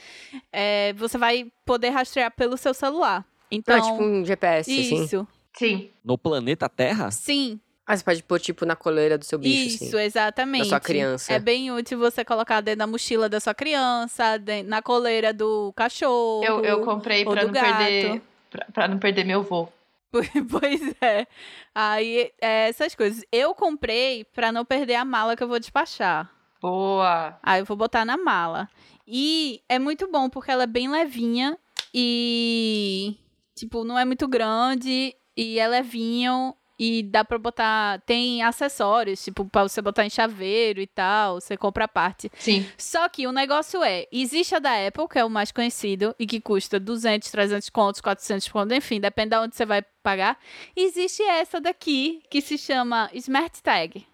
[SPEAKER 3] é, você vai poder rastrear pelo seu celular. Então,
[SPEAKER 1] Não, é tipo um GPS, assim.
[SPEAKER 3] Isso.
[SPEAKER 4] Sim.
[SPEAKER 2] No planeta Terra?
[SPEAKER 3] Sim,
[SPEAKER 1] Ah, você pode pôr, tipo, na coleira do seu bicho,
[SPEAKER 3] isso, é
[SPEAKER 1] assim.
[SPEAKER 3] exatamente.
[SPEAKER 1] Da sua criança.
[SPEAKER 3] É bem útil você colocar dentro da mochila da sua criança, de- na coleira do cachorro.
[SPEAKER 4] Eu, eu comprei
[SPEAKER 3] ou
[SPEAKER 4] pra
[SPEAKER 3] do
[SPEAKER 4] não
[SPEAKER 3] gato.
[SPEAKER 4] perder... Pra, pra não perder meu voo.
[SPEAKER 3] Pois é. Aí, é, essas coisas. Eu comprei pra não perder a mala que eu vou despachar.
[SPEAKER 4] Boa.
[SPEAKER 3] Aí eu vou botar na mala. E é muito bom porque ela é bem levinha e tipo, não é muito grande e é levinho e dá pra botar, tem acessórios, tipo, pra você botar em chaveiro e tal, você compra a parte.
[SPEAKER 4] Sim.
[SPEAKER 3] Só que o negócio é, existe a da Apple, que é o mais conhecido, e que custa 200, 300 contos, 400 contos, enfim, depende de onde você vai pagar. Existe essa daqui, que se chama Smart Tag.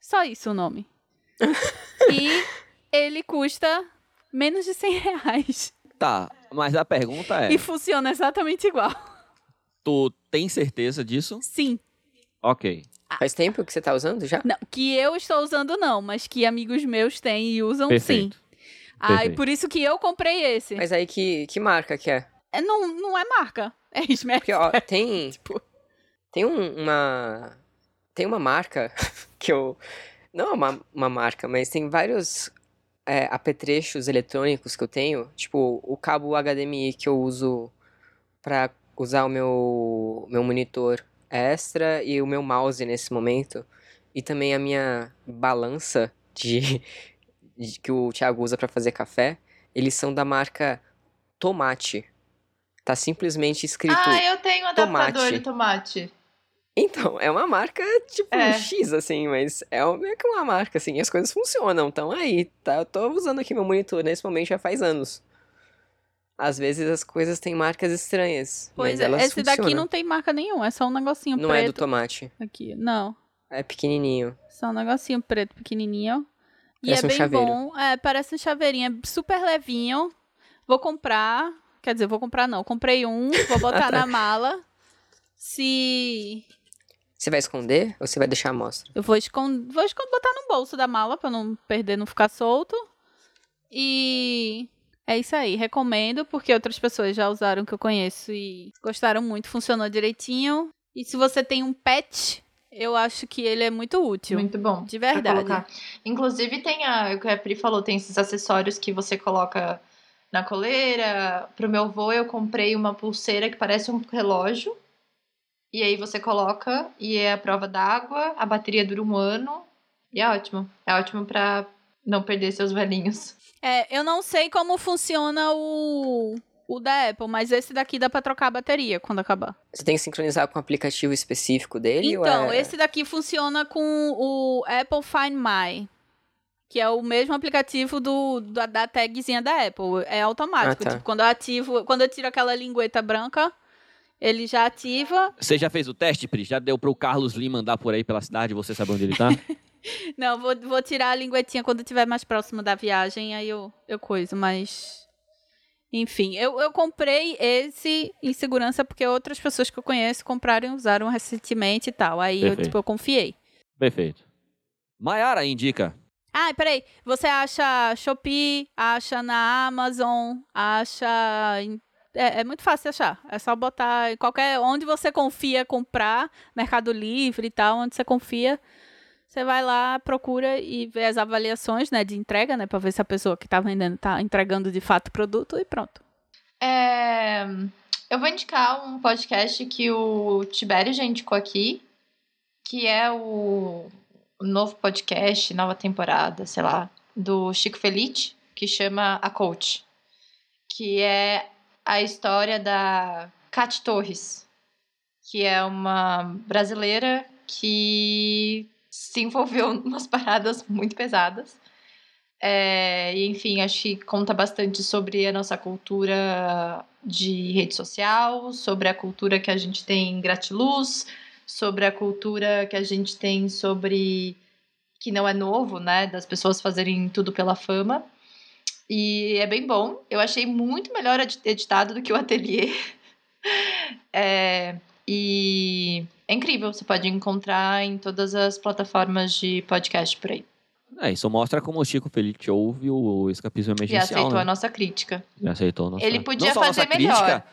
[SPEAKER 3] Só isso o nome. e ele custa menos de 100 reais.
[SPEAKER 2] Tá, mas a pergunta é:
[SPEAKER 3] E funciona exatamente igual.
[SPEAKER 2] tu tem certeza disso?
[SPEAKER 3] Sim.
[SPEAKER 2] Ok.
[SPEAKER 1] Faz tempo que você tá usando já?
[SPEAKER 3] Não, que eu estou usando não, mas que amigos meus têm e usam
[SPEAKER 2] Perfeito.
[SPEAKER 3] sim. Ah, e
[SPEAKER 2] Perfeito.
[SPEAKER 3] por isso que eu comprei esse.
[SPEAKER 1] Mas aí, que, que marca que é?
[SPEAKER 3] É, não, não é marca. É Smart
[SPEAKER 1] Porque, ó, tem. Tem um- uma. Tem uma marca que eu. Não é uma, uma marca, mas tem vários é, apetrechos eletrônicos que eu tenho. Tipo, o cabo HDMI que eu uso pra usar o meu, meu monitor extra e o meu mouse nesse momento. E também a minha balança de, de- que o Thiago usa pra fazer café. Eles são da marca Tomate. Tá simplesmente escrito.
[SPEAKER 4] Ah, eu tenho um adaptador
[SPEAKER 1] tomate.
[SPEAKER 4] de tomate.
[SPEAKER 1] Então, é uma marca tipo
[SPEAKER 4] É.
[SPEAKER 1] X, assim, mas é um- meio que uma marca, assim, e as coisas funcionam, então aí, tá? Eu tô usando aqui meu monitor nesse momento já faz anos. Às vezes as coisas têm marcas estranhas,
[SPEAKER 3] Pois
[SPEAKER 1] mas
[SPEAKER 3] é,
[SPEAKER 1] elas
[SPEAKER 3] esse daqui
[SPEAKER 1] funcionam. né?
[SPEAKER 3] não tem marca nenhuma, é só um negocinho
[SPEAKER 1] Não é do
[SPEAKER 3] preto
[SPEAKER 1] tomate,
[SPEAKER 3] aqui. Não,
[SPEAKER 1] é pequenininho.
[SPEAKER 3] só um negocinho preto pequenininho. E
[SPEAKER 1] Parece
[SPEAKER 3] é
[SPEAKER 1] um
[SPEAKER 3] bem
[SPEAKER 1] chaveiro.
[SPEAKER 3] bom, é, parece um chaveirinho, é super levinho. Vou comprar, quer dizer, vou comprar não, comprei um, vou botar na mala. Se
[SPEAKER 1] Você vai esconder ou você vai deixar à mostra?
[SPEAKER 3] eu vou esconder, vou esconder, botar no bolso da mala pra não perder, não ficar solto. E é isso aí, recomendo porque outras pessoas já usaram que eu conheço e gostaram muito, funcionou direitinho. E se você tem um pet, eu acho que ele é muito útil,
[SPEAKER 4] Muito bom.
[SPEAKER 3] de
[SPEAKER 4] pra
[SPEAKER 3] verdade.
[SPEAKER 4] colocar. Inclusive, tem a. O que a Pri falou, tem esses acessórios que você coloca na coleira. Pro meu avô eu comprei uma pulseira que parece um relógio. E aí você coloca e é a prova d'água, a bateria dura um ano e é ótimo. É ótimo pra não perder seus velhinhos.
[SPEAKER 3] É, eu não sei como funciona o, o da Apple, mas esse daqui dá pra trocar a bateria quando acabar.
[SPEAKER 1] Você tem que sincronizar com o aplicativo específico dele? ou
[SPEAKER 3] então,
[SPEAKER 1] é-
[SPEAKER 3] esse daqui funciona com o Apple Find My, que é o mesmo aplicativo do, da, da tagzinha da Apple. É automático.
[SPEAKER 1] Ah, tá.
[SPEAKER 3] Tipo, quando eu ativo, quando eu tiro aquela lingueta branca, ele já ativa.
[SPEAKER 2] Você já fez o teste, Pri? Já deu pro Carlos Lima andar por aí pela cidade? Você sabe onde ele tá?
[SPEAKER 3] Não, vou, vou tirar a linguetinha quando eu estiver mais próximo da viagem, aí eu, eu coiso, mas. Enfim, eu, eu comprei esse em segurança porque outras pessoas que eu conheço compraram e usaram recentemente e tal. Aí eu,
[SPEAKER 2] Perfeito.
[SPEAKER 3] tipo, eu confiei.
[SPEAKER 2] Perfeito. Maiara indica.
[SPEAKER 3] Ah, peraí. Você acha Shopee, acha na Amazon, acha. em- É, é muito fácil de achar. É só botar em qualquer. Onde você confia comprar, Mercado Livre e tal, onde você confia. Você vai lá, procura e vê as avaliações né, de entrega, né? Pra ver se a pessoa que tá vendendo tá entregando de fato o produto e pronto.
[SPEAKER 4] É, Eu vou indicar um podcast que o Tibério já indicou aqui, que é o novo podcast, nova temporada, sei lá, do Chico Felice, que chama A Coach, que é a história da Cat Torres, que é uma brasileira que se envolveu em umas paradas muito pesadas. É, e, enfim, acho que conta bastante sobre a nossa cultura de rede social, sobre a cultura que a gente tem em gratiluz, sobre a cultura que a gente tem sobre que não é novo, né? Das pessoas fazerem tudo pela fama. E é bem bom. Eu achei muito melhor edi- editado do que o Ateliê. É, e é incrível. Você pode encontrar em todas as plataformas de podcast por aí.
[SPEAKER 2] É, isso mostra como o Chico Felipe ouve o escapismo
[SPEAKER 4] E
[SPEAKER 2] emergencial.
[SPEAKER 4] aceitou
[SPEAKER 2] né?
[SPEAKER 4] a nossa crítica.
[SPEAKER 2] Ele aceitou nossa...
[SPEAKER 4] Ele podia
[SPEAKER 2] não só
[SPEAKER 4] fazer
[SPEAKER 2] nossa
[SPEAKER 4] melhor.
[SPEAKER 2] Crítica,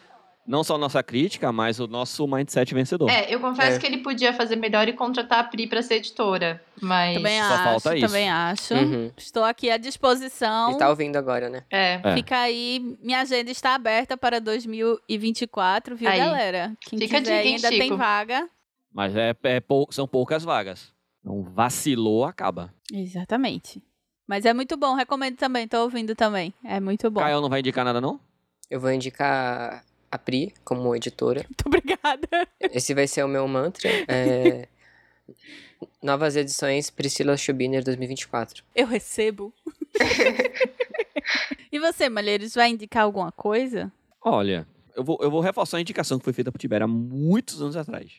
[SPEAKER 2] não só nossa crítica, mas o nosso mindset vencedor.
[SPEAKER 4] É, eu confesso
[SPEAKER 1] É.
[SPEAKER 4] que ele podia fazer melhor e contratar a Pri pra ser editora. Mas.
[SPEAKER 3] Também
[SPEAKER 2] Só
[SPEAKER 3] acho,
[SPEAKER 2] falta É isso.
[SPEAKER 3] também acho.
[SPEAKER 1] Uhum.
[SPEAKER 3] Estou aqui à disposição.
[SPEAKER 1] Ele tá ouvindo agora, né?
[SPEAKER 4] É.
[SPEAKER 2] É.
[SPEAKER 3] Fica aí, minha agenda está aberta para 2024, viu,
[SPEAKER 4] Aí.
[SPEAKER 3] galera? Quem
[SPEAKER 4] Fica a
[SPEAKER 3] quiser
[SPEAKER 4] dica, hein,
[SPEAKER 3] ainda tem
[SPEAKER 4] Chico?
[SPEAKER 3] vaga.
[SPEAKER 2] Mas é, é pou- são poucas vagas. Então vacilou, acaba.
[SPEAKER 3] Exatamente. Mas é muito bom, recomendo também, tô ouvindo também. É muito bom.
[SPEAKER 2] Caio não vai indicar nada, não?
[SPEAKER 1] Eu vou indicar a Pri como editora.
[SPEAKER 3] Muito obrigada.
[SPEAKER 1] Esse vai ser o meu mantra. é, Novas edições Priscila Schubiner 2024.
[SPEAKER 3] Eu recebo. e você, Malheiros, vai indicar alguma coisa?
[SPEAKER 2] Olha, eu vou, eu vou reforçar a indicação que foi feita pro Tibério há muitos anos atrás.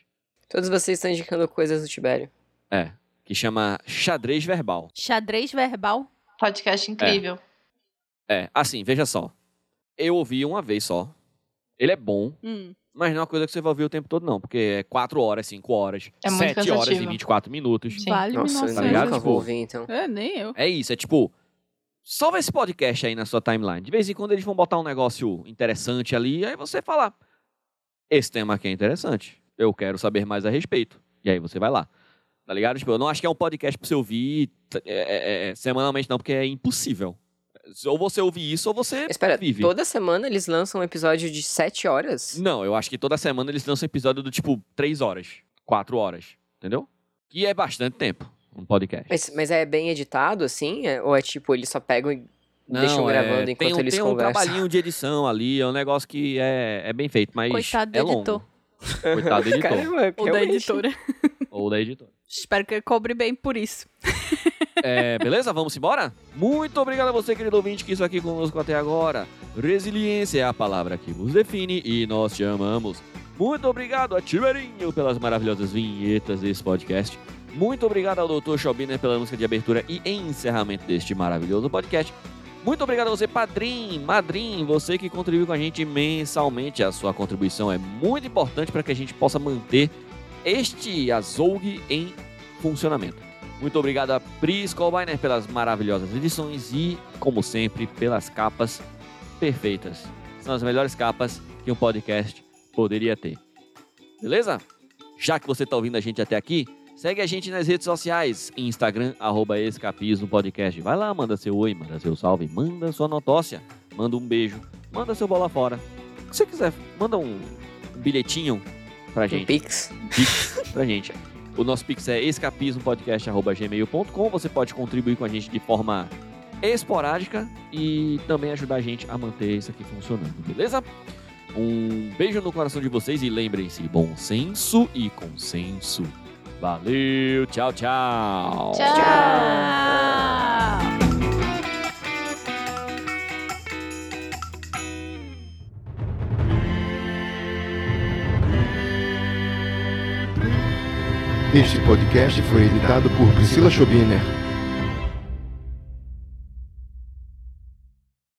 [SPEAKER 1] Todos vocês estão indicando coisas do Tibério.
[SPEAKER 2] É. Que chama Xadrez Verbal.
[SPEAKER 3] Xadrez verbal?
[SPEAKER 4] Podcast incrível.
[SPEAKER 2] É, assim, veja só. Eu ouvi uma vez só. Ele é bom,
[SPEAKER 3] Hum.
[SPEAKER 2] mas não é uma coisa que você vai ouvir o tempo todo, não. Porque é 4 horas, 5 horas,
[SPEAKER 4] É muito
[SPEAKER 2] 7 horas e
[SPEAKER 4] cansativo.
[SPEAKER 2] 24 minutos.
[SPEAKER 4] Sim.
[SPEAKER 3] Vale,
[SPEAKER 1] Nossa,
[SPEAKER 3] nossa.
[SPEAKER 1] eu
[SPEAKER 2] tá
[SPEAKER 1] nunca
[SPEAKER 2] ligado?
[SPEAKER 3] gente.
[SPEAKER 1] vou ouvir, então.
[SPEAKER 3] É, nem eu.
[SPEAKER 2] É isso, é tipo. Salva esse podcast aí na sua timeline. De vez em quando eles vão botar um negócio interessante ali, aí você fala: Esse tema aqui é interessante. Eu quero saber mais a respeito. E aí você vai lá. Tá ligado? Tipo, eu não acho que é um podcast pra você ouvir t- é, é, é, semanalmente, não, porque é impossível. Ou você ouve isso, ou você
[SPEAKER 1] Espera,
[SPEAKER 2] vive.
[SPEAKER 1] toda semana eles lançam um episódio de 7 horas?
[SPEAKER 2] Não, eu acho que toda semana eles lançam episódio do tipo 3 horas, 4 horas, entendeu? Que é bastante tempo um podcast.
[SPEAKER 1] Mas, mas é bem editado, assim? É- Ou é tipo, eles só pegam e deixam
[SPEAKER 2] é,
[SPEAKER 1] gravando
[SPEAKER 2] tem
[SPEAKER 1] enquanto
[SPEAKER 2] um-
[SPEAKER 1] eles
[SPEAKER 2] tem um
[SPEAKER 1] conversam?
[SPEAKER 2] trabalhinho de edição ali, é um negócio que é, é bem feito, mas
[SPEAKER 3] Coitado do
[SPEAKER 2] é
[SPEAKER 3] editor.
[SPEAKER 2] longo. Coitado do editor.
[SPEAKER 1] Caramba,
[SPEAKER 3] Ou da
[SPEAKER 1] realmente.
[SPEAKER 3] editora.
[SPEAKER 2] Ou da editora.
[SPEAKER 3] Espero que eu cobre bem por isso.
[SPEAKER 2] É, beleza? Vamos embora? Muito obrigado a você, querido ouvinte, que isso aqui conosco até agora. Resiliência é a palavra que nos define e nós te amamos. Muito obrigado a Tiberinho pelas maravilhosas vinhetas desse podcast. Muito obrigado ao Dr. Schobiner pela música de abertura e encerramento deste maravilhoso podcast. Muito obrigado a você, padrinho, madrinho, você que contribui com a gente mensalmente. A sua contribuição é muito importante para que a gente possa manter este azougue em funcionamento. Muito obrigado a Pris Colbiner pelas maravilhosas edições e, como sempre, pelas capas perfeitas. São as melhores capas que um podcast poderia ter. Beleza? Já que você está ouvindo a gente até aqui, segue a gente nas redes sociais, Instagram, arroba Escapismo Podcast. Vai lá, manda seu oi, manda seu salve, manda sua notócia. manda um beijo, manda seu bola fora. Se você quiser, manda um bilhetinho pra
[SPEAKER 1] Um
[SPEAKER 2] gente,
[SPEAKER 1] pix.
[SPEAKER 2] pra gente. O nosso pix é escapismopodcast.gmail.com. Você pode contribuir com a gente de forma esporádica e também ajudar a gente a manter isso aqui funcionando, beleza? Um beijo no coração de vocês e lembrem-se, bom senso e consenso. Valeu, tchau, tchau.
[SPEAKER 3] Tchau!
[SPEAKER 7] Este podcast foi editado por Priscila Schobiner